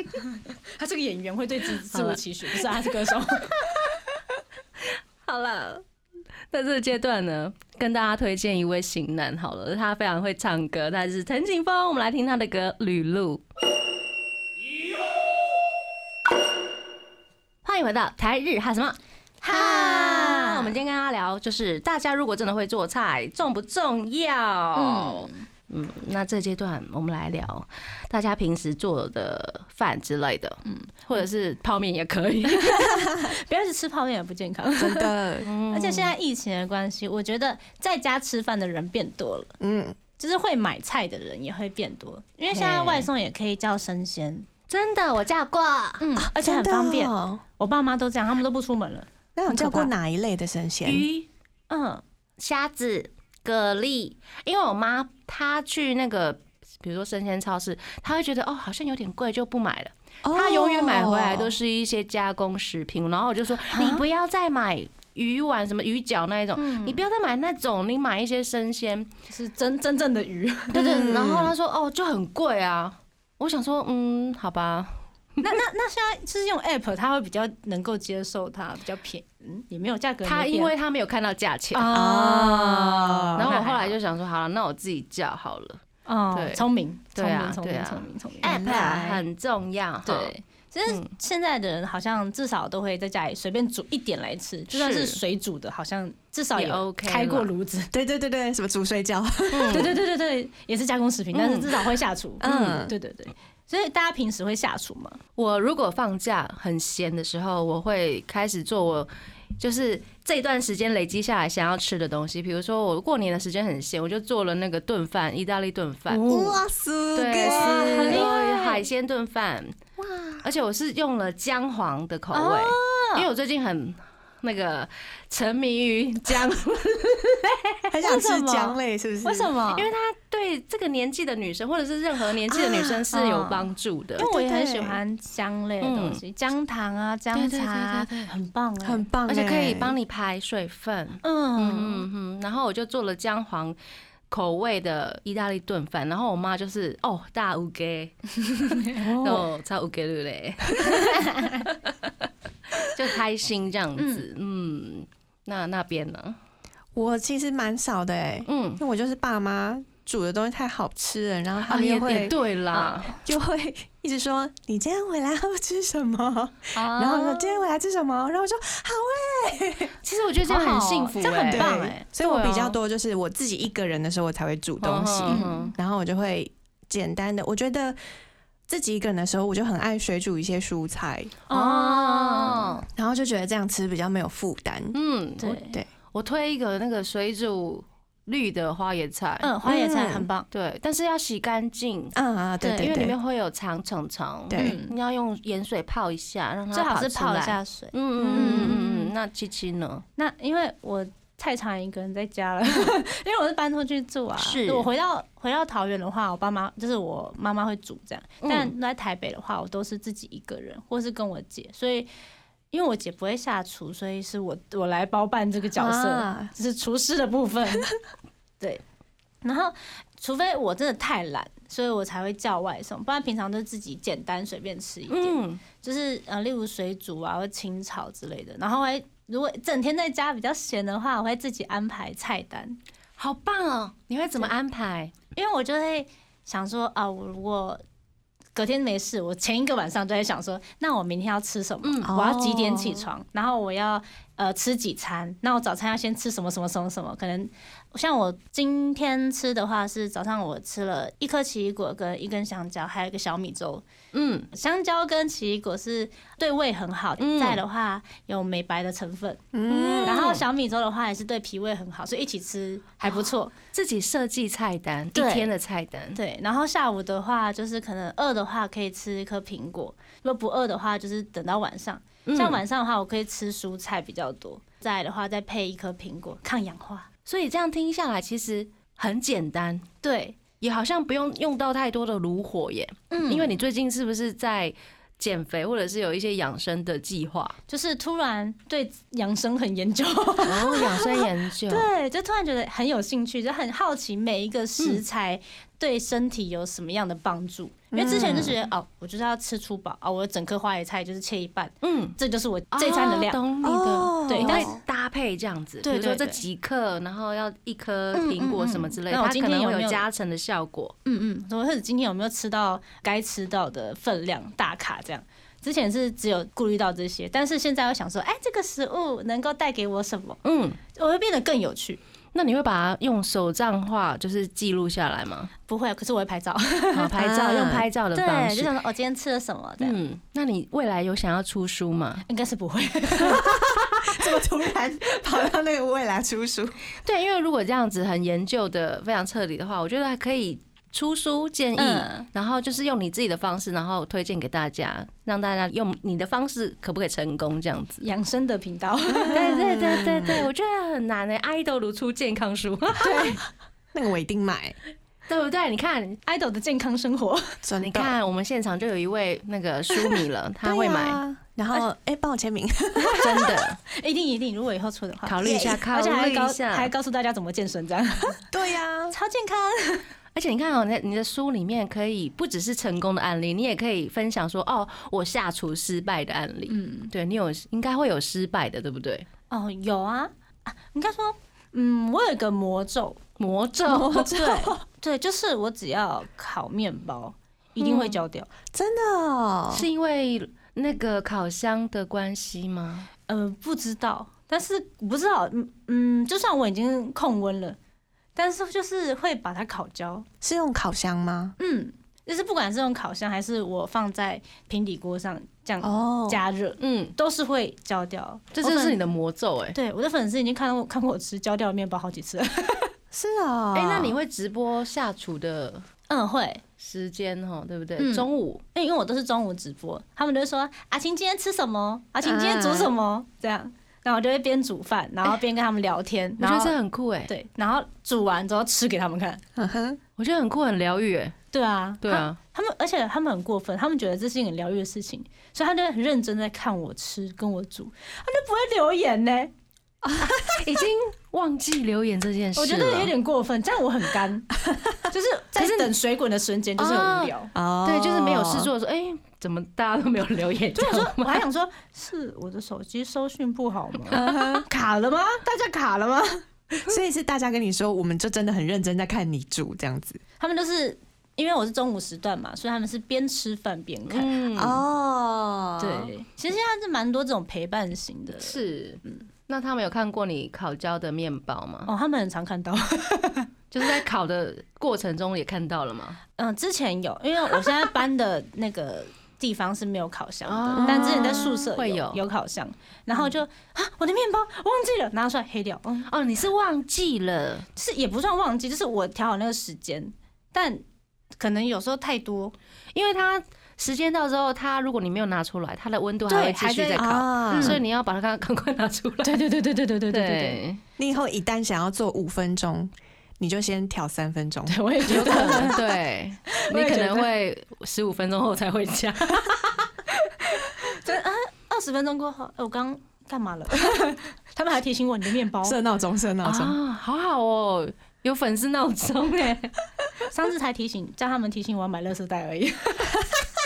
S5: 他这个演员会对自自
S2: 好了
S5: 我期许，不是他是歌手。
S2: 好了，那这个阶段呢，跟大家推荐一位型男好了，他非常会唱歌，他是陈景峰，我们来听他的歌《旅路》。欢迎回到台日哈什么哈？我们今天跟大家聊，就是大家如果真的会做菜，重不重要？嗯那这阶段我们来聊大家平时做的饭之类的，嗯，或者是泡面也可以。
S5: 不要一直吃泡面也不健 康，
S3: 真的，
S2: 嗯
S5: 而且现在疫情的关系，我觉得在家吃饭的人变多了，
S3: 嗯，
S5: 就是会买菜的人也会变多，因为现在外送也可以叫生鲜，
S2: 真的，我叫过。
S5: 嗯，而且很
S3: 真的
S5: 方便。
S3: 哦
S5: 我爸妈都这样，他们都不出门了。
S3: 那有叫过哪一类的生鲜？
S2: 鱼、
S5: 嗯，
S2: 虾子、蛤蜊，因为我妈她去那个。比如说生鲜超市，她会觉得哦，好像有点贵，就不买了。
S3: 哦
S2: 她永远买回来都是一些加工食品，然后我就说你不要再买鱼丸、什么鱼饺那一种，你不要再买那种，你买一些生鲜。
S5: 就是真真正的鱼。
S2: 对对，然后她说哦，就很贵啊。我想说，嗯，好吧，
S5: 那那那现在 就是用 app，他会比较能够接受它，比较便宜，嗯，也没有价格也没哦
S2: 她
S5: 变。
S2: 因为她没有看到价钱，
S5: 啊
S2: 然后我后来就想说，好了，那我自己叫好了。
S5: 哦
S2: 对，
S5: 聪明，
S2: 对
S5: 聪
S2: 啊
S5: 明，聪
S2: 对
S5: 明，
S2: 啊
S5: 聪明，聪明。
S2: App 啊很重要哈，
S5: 对，其实
S2: 嗯
S5: 现在的人好像至少都会在家里随便煮一点来吃，就算是水煮的，好像至少
S2: 也 OK
S5: 开过
S2: 了
S5: 炉子。
S3: 对哦对对对，什么煮水饺，
S2: 嗯
S5: 对对对对对，也是加工食品，但是至少会下厨。
S3: 嗯
S5: 嗯，对对对。所以大家平时会下厨吗？
S2: 我如果放假很闲的时候，我会开始做我就是这段时间累积下来想要吃的东西。比如说我过年的时间很闲，我就做了那个炖饭，意大利炖饭，
S3: 哇塞，
S2: 对，
S3: 很
S2: 哦很厉害，海鲜炖饭。哇！哦而且我是用了姜黄的口味，因为我最近很那个沉迷于姜，
S3: 很想
S2: 为
S3: 吃
S2: 什么
S3: 姜类，是不是？
S5: 为什么？
S2: 因为它对这个年纪的女生或者是任何年纪的女生是有帮助的
S5: 因。为我也
S3: 对对
S5: 很
S3: 对
S5: 喜欢姜类的东西，姜糖啊、姜茶啊，很棒哎。
S3: 很棒欸，
S2: 而且可以帮你排水分，
S5: 嗯，
S2: 嗯哼，然后我就做了姜黄口味的意大利炖饭，然后我妈就是哦大乌哦给，哦超乌给绿嘞， 就开心这样子。嗯，那那边呢？
S3: 我其实蛮少的哎、
S2: 嗯，
S3: 因为我就是爸妈煮的东西太好吃了，然后他
S2: 啊
S3: 们
S2: 也
S3: 又
S2: 也
S3: 会、
S2: 对
S5: 啊
S2: 啦，
S3: 就会一直说你今天回来要吃什么，
S2: 然
S3: 然后我说今天回来吃什么，然后我说好
S2: 其实我觉得这样很幸福、欸，
S5: 好好这样很
S3: 对，
S5: 棒哎
S3: 所以我
S2: 对啊
S3: 比较多就是我自己一个人的时候，我才会煮东西，
S2: 嗯哼
S3: 然后我就会简单的，我觉得。自己一个人的时候，我就很爱水煮一些蔬菜，
S5: 啊
S2: 哦，
S3: 然后就觉得这样吃比较没有负担。
S2: 嗯，我
S5: 对
S3: 对，
S2: 我推一个那个水煮绿的花椰菜，
S5: 嗯，花椰菜
S3: 嗯
S5: 很棒，
S2: 对，但是要洗干净，
S3: 啊啊，对
S5: 对
S3: 对
S2: 因为里
S3: 对
S2: 面，会有肠虫虫，
S3: 对
S5: 嗯
S2: 你要用盐水泡一下，让它
S5: 最好
S2: 跑
S5: 是
S2: 出
S5: 泡
S2: 来
S5: 一。下水。
S2: 嗯嗯嗯嗯嗯，那七七呢？
S5: 那因为我太常一个人在家了， 因为我是搬出去住啊。
S2: 嗯是
S5: 我回到回到桃园的话，我爸妈就是我妈妈会煮这样，
S2: 嗯
S5: 但在台北的话，我都是自己一个人，或是跟我姐，所以。因为我姐不会下厨，所以是我我来包办这个角色，
S3: 啊
S5: 就是厨师的 部分。对，然后除非我真的太懒，所以我才会叫外送，不然平常都是自己简单随便吃一点。
S2: 嗯，
S5: 就是呃，例如水煮啊，或清炒之类的。然后我还如果整天在家比较闲的话，我会自己安排菜单，
S2: 好棒哦！你会怎么安排？
S5: 因为我就会想说啊，我如果隔天没事，我前一个晚上就在想说，那我明天要吃什么？
S2: 嗯
S5: 我要几点起床？然后我要呃吃几餐？那我早餐要先吃什么什么什么什么？可能像我今天吃的话是早上我吃了一颗奇异果跟一根香蕉，还有一个小米粥。
S2: 嗯，
S5: 香蕉跟奇异果是对胃很好，
S2: 嗯
S5: 再的话有美白的成分，
S3: 嗯
S5: 然后小米粥的话也是对脾胃很好，所以一起吃还不错。
S2: 自己设计菜单，一
S5: 对
S2: 天的菜单。
S5: 对，然后下午的话就是可能饿的话可以吃一颗苹果，如果不饿的话就是等到晚上。
S2: 嗯
S5: 像晚上的话，我可以吃蔬菜比较多，再的话再配一颗苹果，抗氧化。
S2: 所以这样听下来，其实很简单，
S5: 对，
S2: 也好像不用用到太多的炉火耶。
S5: 嗯
S2: 因为你最近是不是在减肥，或者是有一些养生的计划？
S5: 就是突然对养生很研究。
S2: 然后哦养生研 究，
S5: 对，就突然觉得很有兴趣，就很好奇每一个食材对身体有什么样的帮助。因为之前就觉得哦，我就是要吃粗饱哦，我整颗花椰菜就是切一半，
S2: 嗯，
S5: 这就是我这一餐的
S2: 哦
S5: 量。
S2: 懂你的。
S5: 对
S2: 你
S5: 但
S2: 会
S5: 是
S2: 搭配这样子，比
S5: 对
S2: 如说
S5: 对
S2: 这
S5: 对
S2: 几克，然后要一颗
S5: 嗯
S2: 苹果什么之类的，
S5: 嗯嗯嗯那我
S2: 它
S5: 今
S2: 可
S5: 天
S2: 能
S5: 有
S2: 会
S5: 没
S2: 有
S5: 有
S2: 加成的效果。
S5: 嗯嗯，或者今天有没有吃到该吃到的分量大卡这样。之前是只有顾虑到这些，但是现在我想说，哎，这个食物能够带给我什么？
S2: 嗯，
S5: 我会变得更有趣。
S2: 那你会把它用手账画，就是记录下来 吗？
S5: 不会，可是我会拍照。
S2: 好，拍照，用拍照的方
S5: 对，就
S2: 式。
S5: 想说，我、哦今天吃了什么？这样、
S2: 嗯，那你未来有想要出书吗？
S5: 应该是不会。
S3: 怎么突然跑到那个未来出书？
S2: 对，因为如果这样子很研究的非常彻底的话，我觉得还可以出书建议，
S5: 嗯
S2: 然后就是用你自己的方式，然后推荐给大家，让大家用你的方式可不可以成功这样子？
S5: 养生的频道。
S2: 对对对对对，我觉得很难诶、欸爱豆如出健康书，
S3: 那个我一定买。
S2: 对不对？你看，
S5: idol 的健康生活，
S3: 真的
S2: 你看，我们现场就有一位那个书迷 了，他会
S3: 对
S2: 买，
S3: 啊然后哎，帮我 签名。
S2: 真的，
S5: 一定一定，如果以后出的话，
S2: 考虑一下，考
S5: 而且还
S2: 虑
S5: 会告
S2: 一下，
S5: 还会告诉大家怎么健身，这样
S3: 对呀、
S5: 超健康。啊
S2: 而且你看哦，你的你的书里面可以不只是成功的案例，你也可以分享说哦，我下厨失败的案例。
S5: 嗯，
S2: 对你有应该会有失败的，对不对？
S5: 哦，有啊，啊，应该说，嗯，我有一个魔咒，
S2: 魔咒，
S5: 对 对，就是我只要烤面包，一定
S2: 嗯
S5: 会焦掉。
S3: 真的哦、
S2: 是因为那个烤箱的关系吗？
S5: 呃，不知道，但是不知道，嗯嗯，就算我已经控温了，但是就是会把它烤焦。
S3: 是用烤箱吗？
S5: 嗯，就是不管是用烤箱还是我放在平底锅上这样
S3: 哦
S5: 加热，
S2: 嗯，
S5: 都是会焦掉。
S2: 这
S5: 我
S2: 就
S5: 可
S2: 是
S5: 能
S2: 你的魔咒哎、
S5: 对，我的粉丝已经看过看过我吃焦掉的面包好几次了。
S3: 是哦。
S2: 哎、那你会直播下厨的
S5: 嗯，会，
S2: 时间哦，对不对？
S5: 嗯
S2: 中午
S5: 因为因为我都是中午直播，他们都会说阿晴今天吃什么，阿晴今天煮什
S2: 啊
S5: 么、这样，然后我就会边煮饭，然后边跟他们聊天，
S2: 我
S5: 然
S2: 觉得
S5: 后
S2: 这很酷哎、
S5: 对，然后煮完之后吃给他们看。
S3: 嗯哼，
S2: 我觉得很酷，很疗愈哎。
S5: 对啊，
S2: 对啊，
S5: 他，他们而且他们很过分，他们觉得这是一个很疗愈的事情，所以他们就会很认真在看我吃跟我煮，他就不会留言呢、
S2: 已经忘记留言这件事了，
S5: 我觉得有点过分，这样我很干，就是在
S2: 啊 可是你啊
S5: 等水滚的瞬间就是很无聊。
S3: 哦
S2: 对，就是没有事。做的时候，哎、怎么大家都没有留言？
S5: 就想说， 我还想说，是我的手机收讯不好 吗？呃卡了吗？大家卡了吗？
S3: 嗯所以是大家跟你说，我们就真的很认真在看你煮这样子
S5: 他们都是因为我是中午时段嘛，所以他们是边吃饭边看。
S2: 嗯，
S3: 哦
S5: 对，其实现在是蛮多这种陪伴型的。
S2: 是。那他们有看过你烤焦的面包吗？
S5: 嗯哦，他们很常看到。
S2: 就是在烤的过程中也看到了吗？
S5: 嗯，之前有，因为我现在搬的那个地方是没有烤箱
S2: 哦
S5: 的，但之前在宿舍
S2: 会有
S5: 有烤箱，然后就啊，我的面包忘记了，拿出来黑掉。嗯，
S2: 哦，你是忘记了，
S5: 是也不算忘记，就是我调好那个时间，但可能有时候太多，
S2: 因为它时间到之后，它如果你没有拿出来，它的温度还会
S5: 对
S2: 继
S5: 还
S2: 续
S5: 在
S2: 在烤，
S3: 啊
S2: 嗯所以你要把它赶赶快拿出来。对对对对对对对
S5: 对
S2: 对
S3: 你以后一旦想要做五分钟，你就先调三分钟。
S5: 我也觉得。
S2: 对， 对 你可能会十五分钟后才回家。
S5: 啊二十分钟过后，哎我刚干嘛了？ 他们还提醒我你的面包。
S3: 设闹钟，设闹钟，
S2: 啊，好好哦，有粉丝闹钟 哎，
S5: 上次才提醒，叫他们提醒我要买垃圾袋而 已。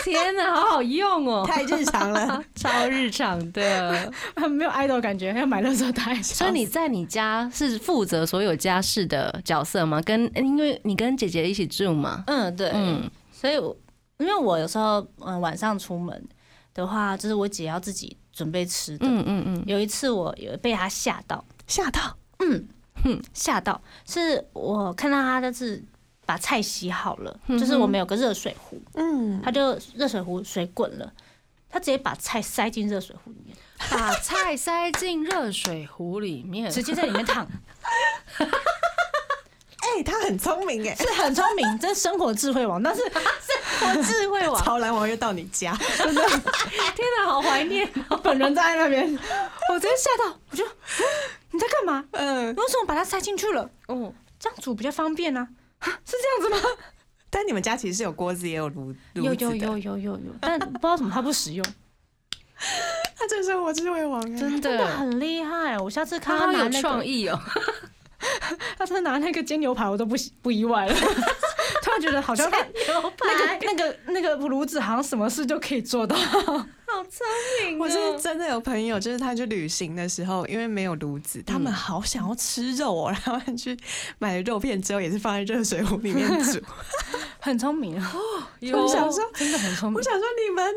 S2: 天哪，好好用哦，
S3: 太日常了。
S2: 超日常的。
S5: 没有 idol 感觉，要买垃圾袋。
S2: 所以你在你家是负责所有家事的角色吗？跟因为你跟姐姐一起住嘛，
S5: 嗯对，
S2: 嗯，
S5: 所以我因为我有时候嗯晚上出门的话，就是我姐要自己准备吃的。
S2: 嗯嗯嗯，
S5: 有一次我有被她吓到，
S3: 吓到，
S5: 吓到是我看到她就是把菜洗好了，
S2: 嗯哼
S5: 就是我们有个热水壶，
S3: 嗯，
S5: 她就热水壶水滚了，她直接把菜塞进热水壶里面，
S2: 把菜塞进热水壶里 面，
S5: 直接在里面烫。
S3: 哎、他很聪明哎、
S5: 是很聪明，这是生活智慧王，但是生活智慧 王，
S3: 潮蓝王又到你家，
S2: 天哪，好怀念！
S5: 本人在那边，我直接吓到，我就嗯你在干嘛？
S3: 嗯
S5: 你，为什么把它塞进去了？
S2: 哦，
S5: 这样煮比较方便啊。啊是这样子吗？
S3: 但你们家其实是有锅子也有炉炉
S5: 有
S3: 子
S5: 有
S3: 的，
S5: 有有有有，但不知道为什么它不实用，
S3: 他真是我智慧王哎、
S2: 真
S5: 真的
S2: 的，
S5: 很厉害。我下次看
S2: 他
S5: 他
S2: 好
S5: 拿
S2: 有
S5: 那
S2: 创
S5: 个，
S2: 意哦。
S5: 他真的拿那个煎牛排，我都不喜不意外 了。突然觉得好像他那个那个那个炉子好像什么事都可以做到。
S3: 我
S5: 哦
S3: 是真的有朋友，就是他去旅行的时候，因为没有炉子，他们好想要吃肉哦，然后他们去买了肉片之后，也是放在热水壶里面煮。
S5: 很聪明啊！
S3: 我想说，
S5: 真的很聪明
S3: 我。想说你们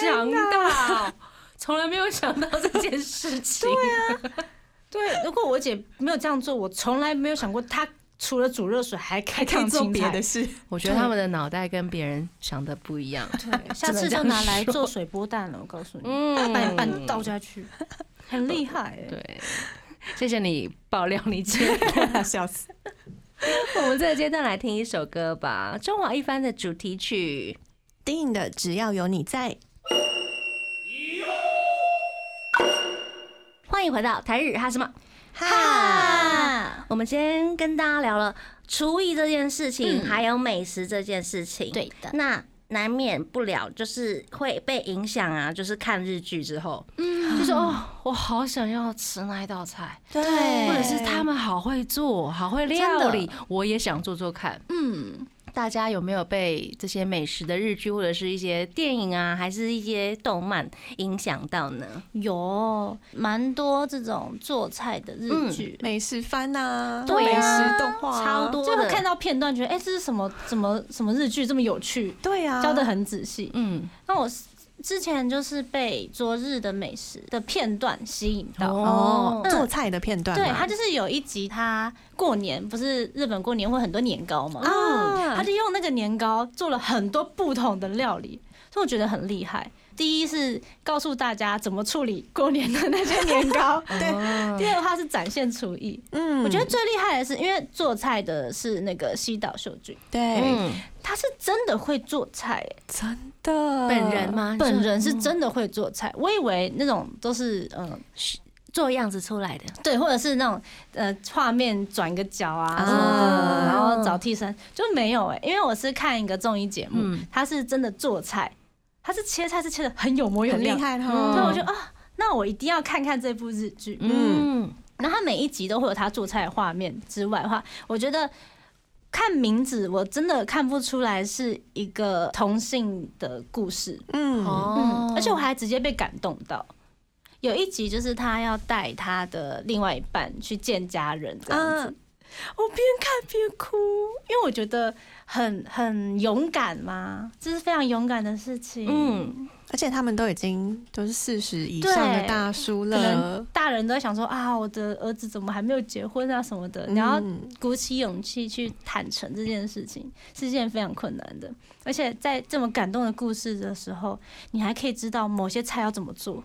S2: 强大哦，从来没有想到这件事情。
S5: 啊 对，如果我姐没有这样做，我从来没有想过她除了煮热水还可以
S3: 可以
S5: 烫
S3: 做
S5: 青
S3: 别的
S5: 菜。
S3: 事，
S2: 我觉得他们的脑袋跟别人想的不一样。
S5: 对，下
S2: 只
S5: 次就
S2: 能这样
S5: 拿来
S2: 说
S5: 做水波蛋了，我告诉你，
S2: 嗯
S5: 把 拌倒下去，很厉害欸。
S2: 对，谢谢你爆料你姐。
S3: 笑死！
S2: 我们这个阶段来听一首歌吧，《中华一番》的主题曲。
S3: 电影的只要有你在，
S2: 欢迎回到台日哈什么？
S6: 哈，
S2: 我们今天跟大家聊了厨艺这件事
S5: 嗯
S2: 情，还有美食这件事情。
S6: 对的，
S2: 那难免不了就是会被影响啊，就是看日剧之后，
S6: 嗯，
S2: 就是哦，我好想要吃那一道菜，
S6: 对，
S2: 或者是他们好会做，好会
S6: 真
S2: 料
S6: 的
S2: 理，我也想做做看。
S6: 嗯，
S2: 大家有没有被这些美食的日剧或者是一些电影啊，还是一些动漫影响到呢？
S6: 有蛮多这种做菜的日剧，
S5: 嗯
S3: 美食番呐、
S2: 对
S3: 美
S2: 啊
S3: 食动画、
S2: 超，多
S5: 就会
S2: 的，
S5: 看到片段，觉得哎、这是什么怎么什么日剧这么有趣，
S3: 对啊，
S5: 教的很仔细。
S2: 嗯，
S5: 那我之前就是被昨日的美食的片段吸引到，
S3: 哦，
S5: 嗯
S3: 做菜的片段嘛，
S5: 对他就是有一集，他过年不是日本过年会很多年糕嘛，
S3: 啊
S5: 他就用那个年糕做了很多不同的料理，所以我觉得很厉害。第一是告诉大家怎么处理过年的那些年 糕，
S2: 嗯哦
S5: 对； 第二的话是展现厨艺。
S3: 嗯
S5: 我觉得最厉害的是，因为做菜的是那个西岛秀俊，
S3: 对、
S2: 嗯，
S5: 他是真的会做菜、欸嗯
S3: 真的
S2: 本人？吗？嗯
S5: 本人是真的会做菜。我以为那种都是嗯，
S2: 做样子出来的，
S5: 对，或者是那种呃画面转个角啊
S3: 啊
S5: 什么的，然后找替身就没有哎、因为我是看一个综艺节目，
S2: 嗯
S5: 他是真的做菜，他是切菜是切的很有模有
S3: 很厉
S5: 样，
S3: 害哦嗯
S5: 所以
S3: 哈、
S5: 我就啊，那我一定要看看这部日剧。
S2: 嗯，
S5: 然后他每一集都会有他做菜的画面之外的话，我觉得看名字，我真的看不出来是一个同性的故事。
S3: 嗯，
S2: 哦
S5: 嗯，而且我还直接被感动到。有一集就是他要带他的另外一半去见家人，这样子。
S3: 嗯
S5: 我边看边哭，因为我觉得很很勇敢嘛，这是非常勇敢的事情。嗯，
S2: 嗯，
S3: 而且他们都已经都是四十以上的
S5: 对
S3: 大叔
S5: 可
S3: 了
S5: 能，大人都在想说啊，我的儿子怎么还没有结婚啊什么的，
S3: 嗯
S5: 然后鼓起勇气去坦诚这件事情，是一件非常困难的。而且在这么感动的故事的时候，你还可以知道某些菜要怎么做。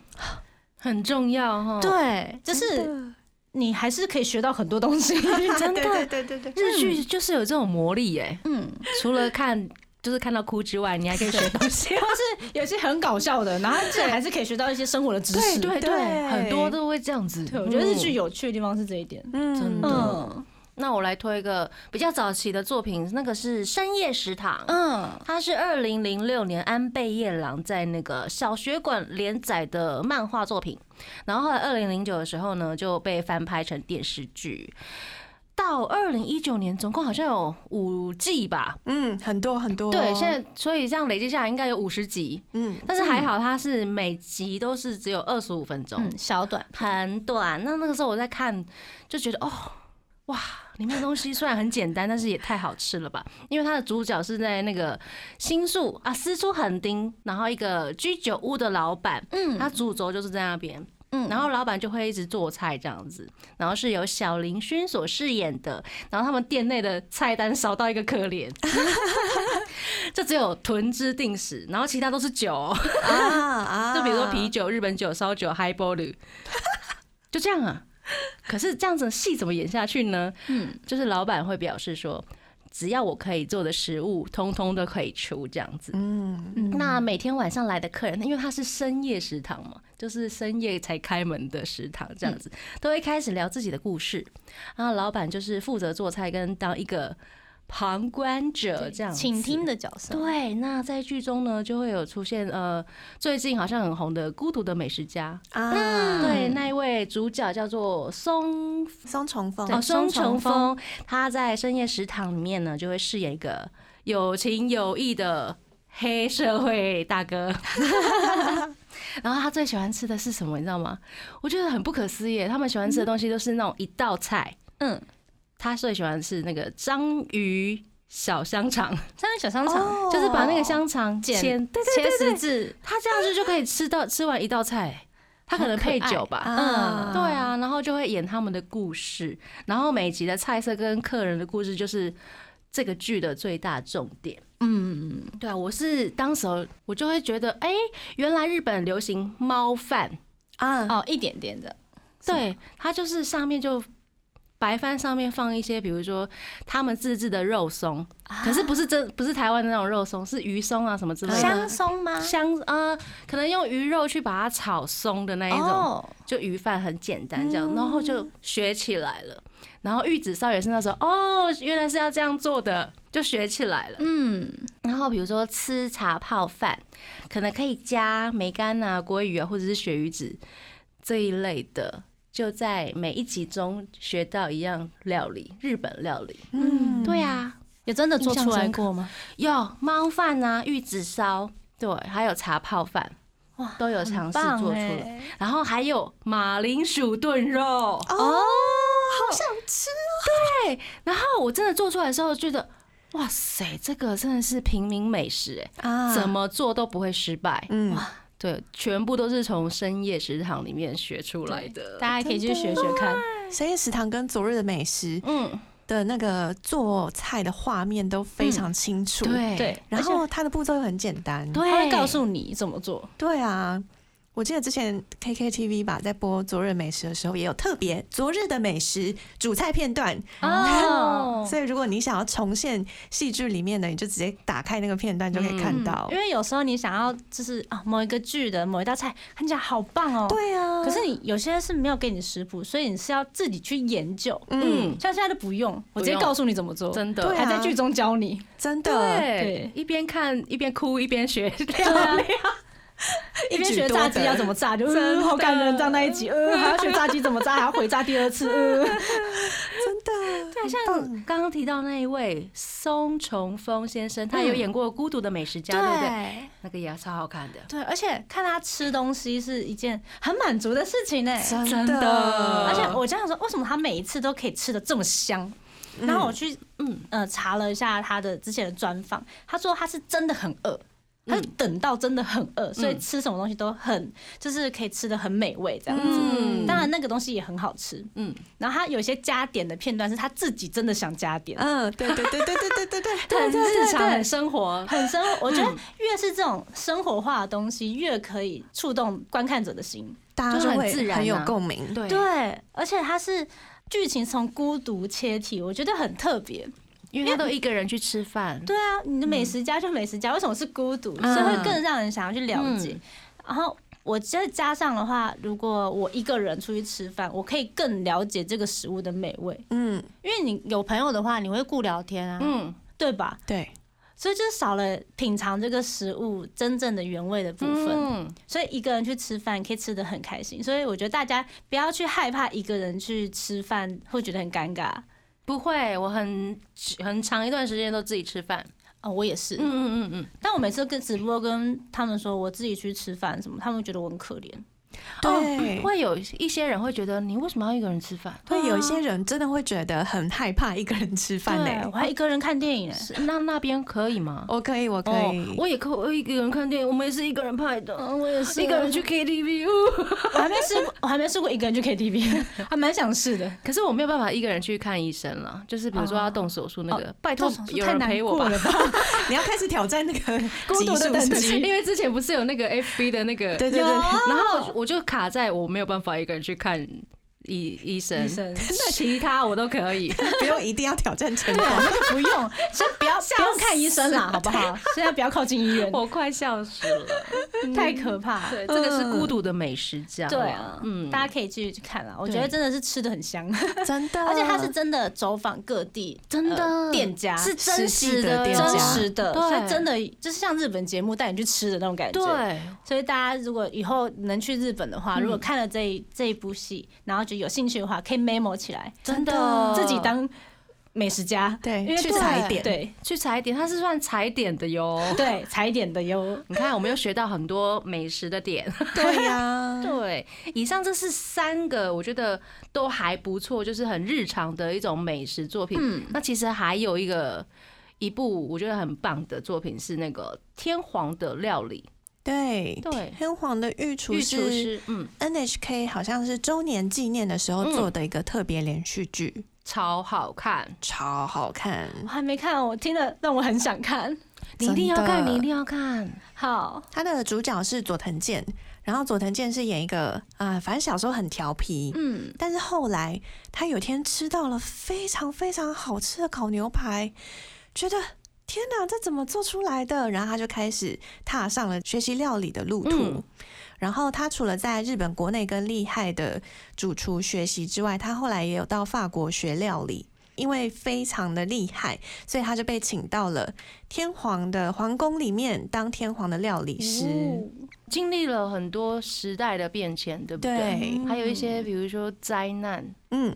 S2: 很重要哈。，
S5: 对，就是你还是可以学到很多东西。
S2: 真的
S3: 对对对对对，
S2: 日剧就是有这种魔力耶。
S5: 嗯，
S2: 除了看就是看到哭之外，你还可以学东 西。
S5: 或是有些很搞笑的，然后这还是可以学到一些生活的知识。
S2: 对对，
S3: 对
S2: 很多都会这样子。
S5: 对，我觉得日剧
S2: 嗯
S5: 有趣的地方是这一点。
S3: 嗯
S2: 真的
S5: 嗯
S2: 那我来推一个比较早期的作品，那个是《深夜食堂》。
S5: 嗯，
S2: 它是二零零六年安倍夜郎在那个小学馆连载的漫画作品，然后后来二零零九的时候呢就被翻拍成电视剧，到二零一九年总共好像有五季吧。
S3: 嗯，很多很多，
S2: 对，现在所以这样累积下来应该有五十集，
S3: 嗯
S2: 但是还好它是每集都是只有二十五分钟，
S5: 嗯，小短
S2: 很短。那那个时候我在看，就觉得哦，哇，里面的东西虽然很简单，但是也太好吃了吧！因为它的主角是在那个新宿啊，私出横町，然后一个居酒屋的老板，
S5: 嗯
S2: 他主轴就是在那边。
S5: 嗯
S2: 然后老板就会一直做菜这样子，然后是由小林薰所饰演的，然后他们店内的菜单少到一个可怜， 就只有豚汁定时，然后其他都是酒哦、
S3: 啊啊
S2: 就比如说啤酒、日本酒、烧酒、h i g h b o l u 就这样啊。可是这样子戏怎么演下去呢？
S5: 嗯，
S2: 就是老板会表示说，只要我可以做的食物，通通都可以出这样子。
S3: 嗯，
S5: 嗯
S2: 那每天晚上来的客人，因为他是深夜食堂嘛，就是深夜才开门的食堂，这样子、
S3: 嗯
S2: 都会开始聊自己的故事。然后老板就是负责做菜跟当一个旁观者这样子，
S5: 请听的角色。
S2: 对，啊那在剧中呢，就会有出现呃，最近好像很红的《孤独的美食家》
S3: 啊，
S2: 对，那一位主角叫做松
S3: 松重峰
S2: 哦松重
S5: 松重
S2: 峰，他在深夜食堂里面呢，就会饰演一个有情有义的黑社会大哥。 然后他最喜欢吃的是什么，你知道吗？我觉得很不可思议，他们喜欢吃的东西都是那种一道菜。
S5: 嗯，
S2: 他最喜欢吃那个章鱼小香肠。
S5: 三个小商场
S2: 就是把那个香肠
S5: 剪
S2: 切对对
S5: 切
S2: 对
S5: 十
S2: 对，
S5: 字，
S2: 他这样子就可以吃到吃完一道菜，他可能配酒吧。
S5: 嗯
S3: 啊，
S2: 对啊，然后就会演他们的故事，然后每集的菜色跟客人的故事就是这个剧的最大重点。
S5: 嗯，
S2: 对啊，我是当时候我就会觉得，哎、原来日本流行猫饭，
S3: 啊，
S1: 嗯
S5: 哦，一点点的，
S2: 对，它就是上面就白饭上面放一些，比如说他们自制的肉松，
S5: 啊
S2: 可是不是真不是台湾的那种肉松，是鱼松啊什么之类的，
S5: 香松吗？
S2: 香呃，可能用鱼肉去把它炒松的那一种，
S5: 哦，嗯
S2: 就鱼饭很简单这样，然后就学起来了。然后玉子烧也是那时候，哦，原来是要这样做的，就学起来了。
S5: 嗯，
S2: 然后比如说吃茶泡饭，可能可以加梅干啊、鲑鱼啊，或者是鳕鱼子这一类的，就在每一集中学到一样料理，日本料理。
S3: 嗯，
S2: 对啊，
S5: 有真的做出来
S2: 印象深刻
S5: 过吗？
S2: 有猫饭啊、玉子烧，对，还有茶泡饭。
S5: 哇
S2: 都有尝试
S5: 棒
S2: 做出来，
S5: 欸
S2: 然后还有马铃薯炖肉，
S3: 哦，好想吃哦
S2: 然后我真的做出来的时候觉得，哇塞，这个真的是平民美食哎、
S3: 啊
S2: 怎？么做都不会失败。
S3: 嗯，
S2: 对，全部都是从深夜食堂里面学出来的。
S5: 大家可以去学学看。
S3: 深夜食堂跟昨日的美食
S2: 嗯，
S3: 的那个做菜的画面都非常清楚，，
S2: 嗯对
S5: 对，
S3: 然后它的步骤又很简单，
S2: 对，
S5: 他会告诉你怎么做。
S3: 对啊，我记得之前 KKTV 吧，在播《昨日美食》的时候，也有特别《昨日的美食》主菜片段。
S2: 哦，
S3: 所以，如果你想要重现戏剧里面的，你就直接打开那个片段就
S2: 嗯
S3: 可以看到。
S5: 因为有时候你想要就是啊某一个剧的某一道菜看起来好棒哦，
S3: 对啊，
S5: 可是你有些是没有给你食谱，所以你是要自己去研究。
S3: 嗯，
S2: 嗯，
S5: 像现在都不用，我直接
S2: 不用
S5: 告诉你怎么做，
S2: 嗯真
S3: 对
S2: 的。
S5: 还在剧中教你。
S3: 真的
S2: 对
S5: 对，
S2: 一边看一边哭一边学，
S5: 对啊，一边
S3: 举
S5: 学
S3: 多
S5: 炸鸡
S3: 得
S5: 要怎么炸，就
S2: 真
S5: 嗯
S2: 的
S5: 好呃感人，这样那一集，嗯，还要学炸鸡怎么炸，还要回炸第二次，嗯，
S3: 真的
S2: 对，像刚刚提到那一位松重丰先生，他有演过《孤独的美食家》，嗯对不对？那个也超好看的，
S5: 对，而且看他吃东西是一件很满足的事情呢、
S2: 真的
S5: 而且我这样说，为什么他每一次都可以吃的这么香？然后我去嗯呃查了一下他的之前的专访，他说他是真的很饿，他是等到真的很饿，所以吃什么东西都很就是可以吃的很美味这样子。
S2: 嗯
S5: 当然那个东西也很好吃，
S2: 嗯
S5: 嗯。然后他有一些加点的片段是他自己真的想加点，
S3: 嗯，对对对对对对对 对，
S2: 很日常很生活，
S5: 很生活。我觉得越是这种生活化的东西，越可以触动观看者的心。
S3: 大家
S2: 就
S3: 就
S2: 很
S3: 会
S2: 自然
S3: 很有
S2: 啊
S3: 共鸣。
S2: 对
S5: 对，而且它是剧情从孤独切题，我觉得很特别。
S2: 因为他都一个人去吃饭，
S5: 对啊，你的美食家就美食家，为什么是孤独？
S2: 嗯
S5: 所以会更让人想要去了解。然后我再加上的话，如果我一个人出去吃饭，我可以更了解这个食物的美味，
S3: 嗯，
S5: 因为你有朋友的话，你会顾聊天啊，
S2: 嗯，
S5: 对吧？
S3: 对，
S5: 所以就是少了品尝这个食物真正的原味的部分。
S2: 嗯，
S5: 所以一个人去吃饭可以吃的很开心，所以我觉得大家不要去害怕一个人去吃饭会觉得很尴尬。
S2: 不会，我很很长一段时间都自己吃饭，
S5: 哦，我也是，
S2: 嗯嗯嗯嗯，
S5: 但我每次跟直播跟他们说我自己去吃饭什么，他们觉得我很可怜。
S3: 对嗯
S2: 哦会有一些人会觉得你为什么要一个人吃饭？
S3: 会有一些人真的会觉得很害怕一个人吃饭
S5: 对
S3: 呢
S5: 我。还一个人看电影呢。
S2: 是那那边可以吗？
S3: 我可以，我可
S2: 哦
S3: 以，
S2: 我也可我一个人看电影，我们也是一个人拍
S1: 哦
S2: 的，
S5: 嗯，我也
S1: 啊
S5: 是
S2: 一个人去 KTV，呜
S5: 我还没试过，我还没试过一个人去 KTV，还蛮想试的。
S2: 可是我没有办法一个人去看医生了，就是比如说要动手术那个，拜托
S5: 动手术
S2: 有
S5: 太
S2: 人
S5: 难
S2: 陪我
S5: 过
S2: 吧。
S5: 了吧？
S3: 你要开始挑战那个
S5: 孤独的
S3: 级数
S5: 等
S3: 是不
S5: 级
S3: 是
S2: 因为之前不是有那个 FB 的那个，
S3: 对对
S5: 有
S3: 对，
S2: 然后我就卡在我没有办法一个人去看医医生
S5: 医，生，
S2: 其他我都可以。
S3: 对 不用一定要挑战成功
S5: 对，。那就 不用，先不要不用看医生啦，好不好？现在不要靠近医院，
S2: 我嗯快笑死了。
S5: 太可怕。
S2: 对，这个是孤独的美食家。
S5: 对啊，
S2: 嗯，
S5: 大家可以继续去看啦。我觉
S2: 对
S5: 得真的是吃的 很香，
S3: 真的，
S5: 啊而且它是真的走访各地，
S2: 真的
S5: 呃店家
S2: 嗯是
S3: 实
S2: 真
S3: 际
S2: 实
S3: 的
S2: 的，
S3: 店家
S5: 真实的，
S2: 对
S5: 所以真的就是像日本节目带你去吃的那种感觉。，
S2: 对，
S5: 所以大家如果以后能去日本的话，如果看了这一这一部戏，然后觉得有兴趣的话，可以 memo 起来，
S2: 真的
S5: 自己当美食家，
S3: 对
S5: 因为
S3: 去
S5: 对
S3: 踩点
S5: 对
S2: 去踩点，它是算踩点的哟。
S5: 对， 踩点的哟。
S2: 你看，我们又学到很多美食的点。
S3: 对呀，
S2: 对，以上这是三个，我觉得都还不错，就是很日常的一种美食作品。那其实还有一个一部我觉得很棒的作品是那个《天皇的料理
S3: 对》，。
S2: 对，
S3: 天皇的御厨
S2: 御厨
S3: 是
S2: 师，嗯，
S3: NHK 好像是周年纪念的时候
S2: 嗯
S3: 做的一个特别连续剧，
S2: 超好看，
S3: 超好看。
S5: 我还没看，我听了让我很想看。
S2: 你一定要
S3: 真的
S2: 看，你一定要看。
S5: 好，
S3: 他的主角是佐藤健，然后佐藤健是演一个啊、反正小时候很调皮，
S5: 嗯，
S3: 但是后来他有一天吃到了非常非常好吃的烤牛排，觉得天哪，这怎么做出来的？然后他就开始踏上了学习料理的路途。
S2: 嗯
S3: 然后他除了在日本国内跟厉害的主厨学习之外，他后来也有到法国学料理。因为非常的厉害，所以他就被请到了天皇的皇宫里面当天皇的料理师。
S2: 哦
S5: 嗯
S2: 经历了很多时代的变迁，对不
S3: 对
S2: 还有一
S5: 嗯
S2: 些比如说灾难，
S3: 嗯，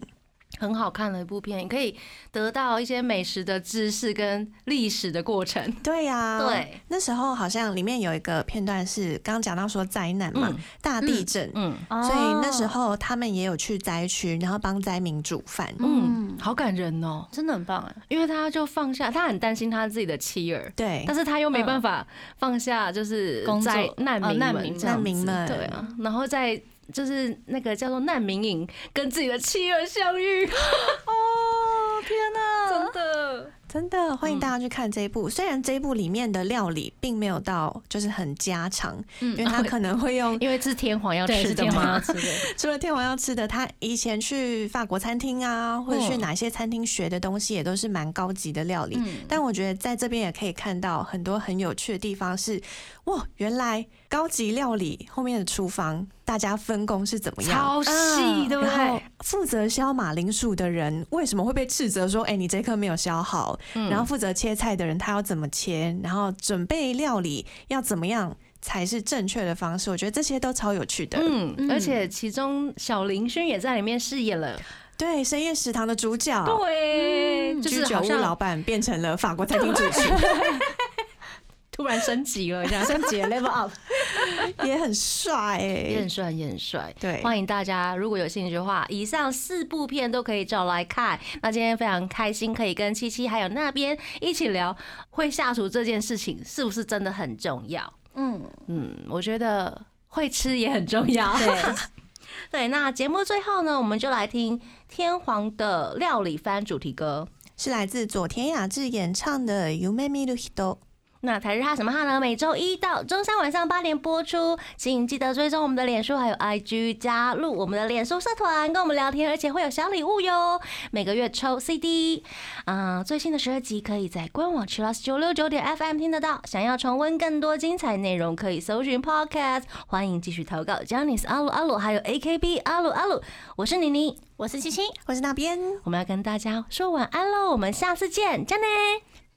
S2: 很好看的一部片，你可以得到一些美食的知识跟历史的过程。
S3: 对呀、
S5: 嗯
S2: 对，
S3: 那时候好像里面有一个片段是刚刚讲到说灾难嘛，
S2: 嗯
S3: 大地震，
S2: 嗯
S3: 所以那时
S5: 哦
S3: 候他们也有去灾区，然后帮灾民煮饭。
S2: 嗯，好感人哦。
S5: 真的很棒哎。
S2: 因为他就放下，他很担心他自己的妻儿，
S3: 对
S2: 但，是他又没办法放下，就是
S5: 嗯工作
S2: 在难民
S5: 哦难
S2: 们
S5: 民
S2: 这样
S3: 难民
S2: 子
S3: 们
S2: 对啊，然后在就是那个叫做难民营跟自己的妻儿相遇，
S5: 哦，天 哪！
S2: 真的，嗯
S3: 真的欢迎大家去看这一部。虽然这一部里面的料理并没有到就是很家常，
S2: 嗯
S3: 因为
S2: 哦
S3: 他可能会用
S2: 因为是天皇要
S5: 对，
S2: 吃
S5: 是
S2: 的
S5: 天皇要
S2: 嘛，
S5: 吃的。
S3: 除了天皇要吃的，他以前去法国餐厅啊，或者去
S2: 嗯
S3: 哪些餐厅学的东西，也都是蛮高级的料理。
S5: 嗯
S3: 但我觉得在这边也可以看到很多很有趣的地方是，哇，原来高级料理后面的厨房大家分工是怎么样。
S2: 超
S3: 嗯
S2: 细，对不
S3: 然后
S2: 对？
S3: 负责削马铃薯的人为什么会被斥责说：“哎、你这颗没有削好。
S2: 嗯
S3: 然后负责切菜的人他要怎么切，然后准备料理要怎么样才是正确的方
S2: 嗯
S3: 式。我觉得这些都超有趣的。
S2: 嗯，而且其中小林轩也在里面饰演了
S3: 对深夜食堂的主角，嗯
S6: 对，
S2: 嗯
S6: 就
S3: 居
S6: 是
S3: 酒
S6: 好
S3: 屋老
S6: 像
S3: 板变成了法国餐厅主厨，
S6: 突然升级 了这样。
S5: 升级了 level up，
S3: 也很帅
S2: 也
S3: 哎
S2: 很。帅，也很帅。
S3: 对
S2: 欢迎大家，如果有兴趣的话，以上四部片都可以找来看。那今天非常开心，可以跟七七还有那边一起聊会下厨这件事情，是不是真的很重要？
S5: 嗯，
S2: 嗯，我觉得会吃也很重要。对，那节目最后呢，我们就来听天皇的料理番主题歌。
S3: 是来自佐田雅志演唱的《You Make Me Do Hit》。
S2: 那台日哈什么哈呢？每周一到周三晚上八点播出，请记得追踪我们的脸书还有 IG，加入我们的脸书社团，跟我们聊天，而且会有小礼物哟。每个月抽 CD，啊、最新的十二集可以在官网 c h i l l s 九六九点 FM 听得到。想要重温更多精彩内容，可以搜寻 Podcast。欢迎继续投稿 j a n i c e 阿鲁阿鲁，还有 AKB 阿鲁阿鲁，我是妮妮，
S5: 我是七七，
S3: 我是那边，
S2: 我们要跟大家说晚安喽，我们下次见，加奈。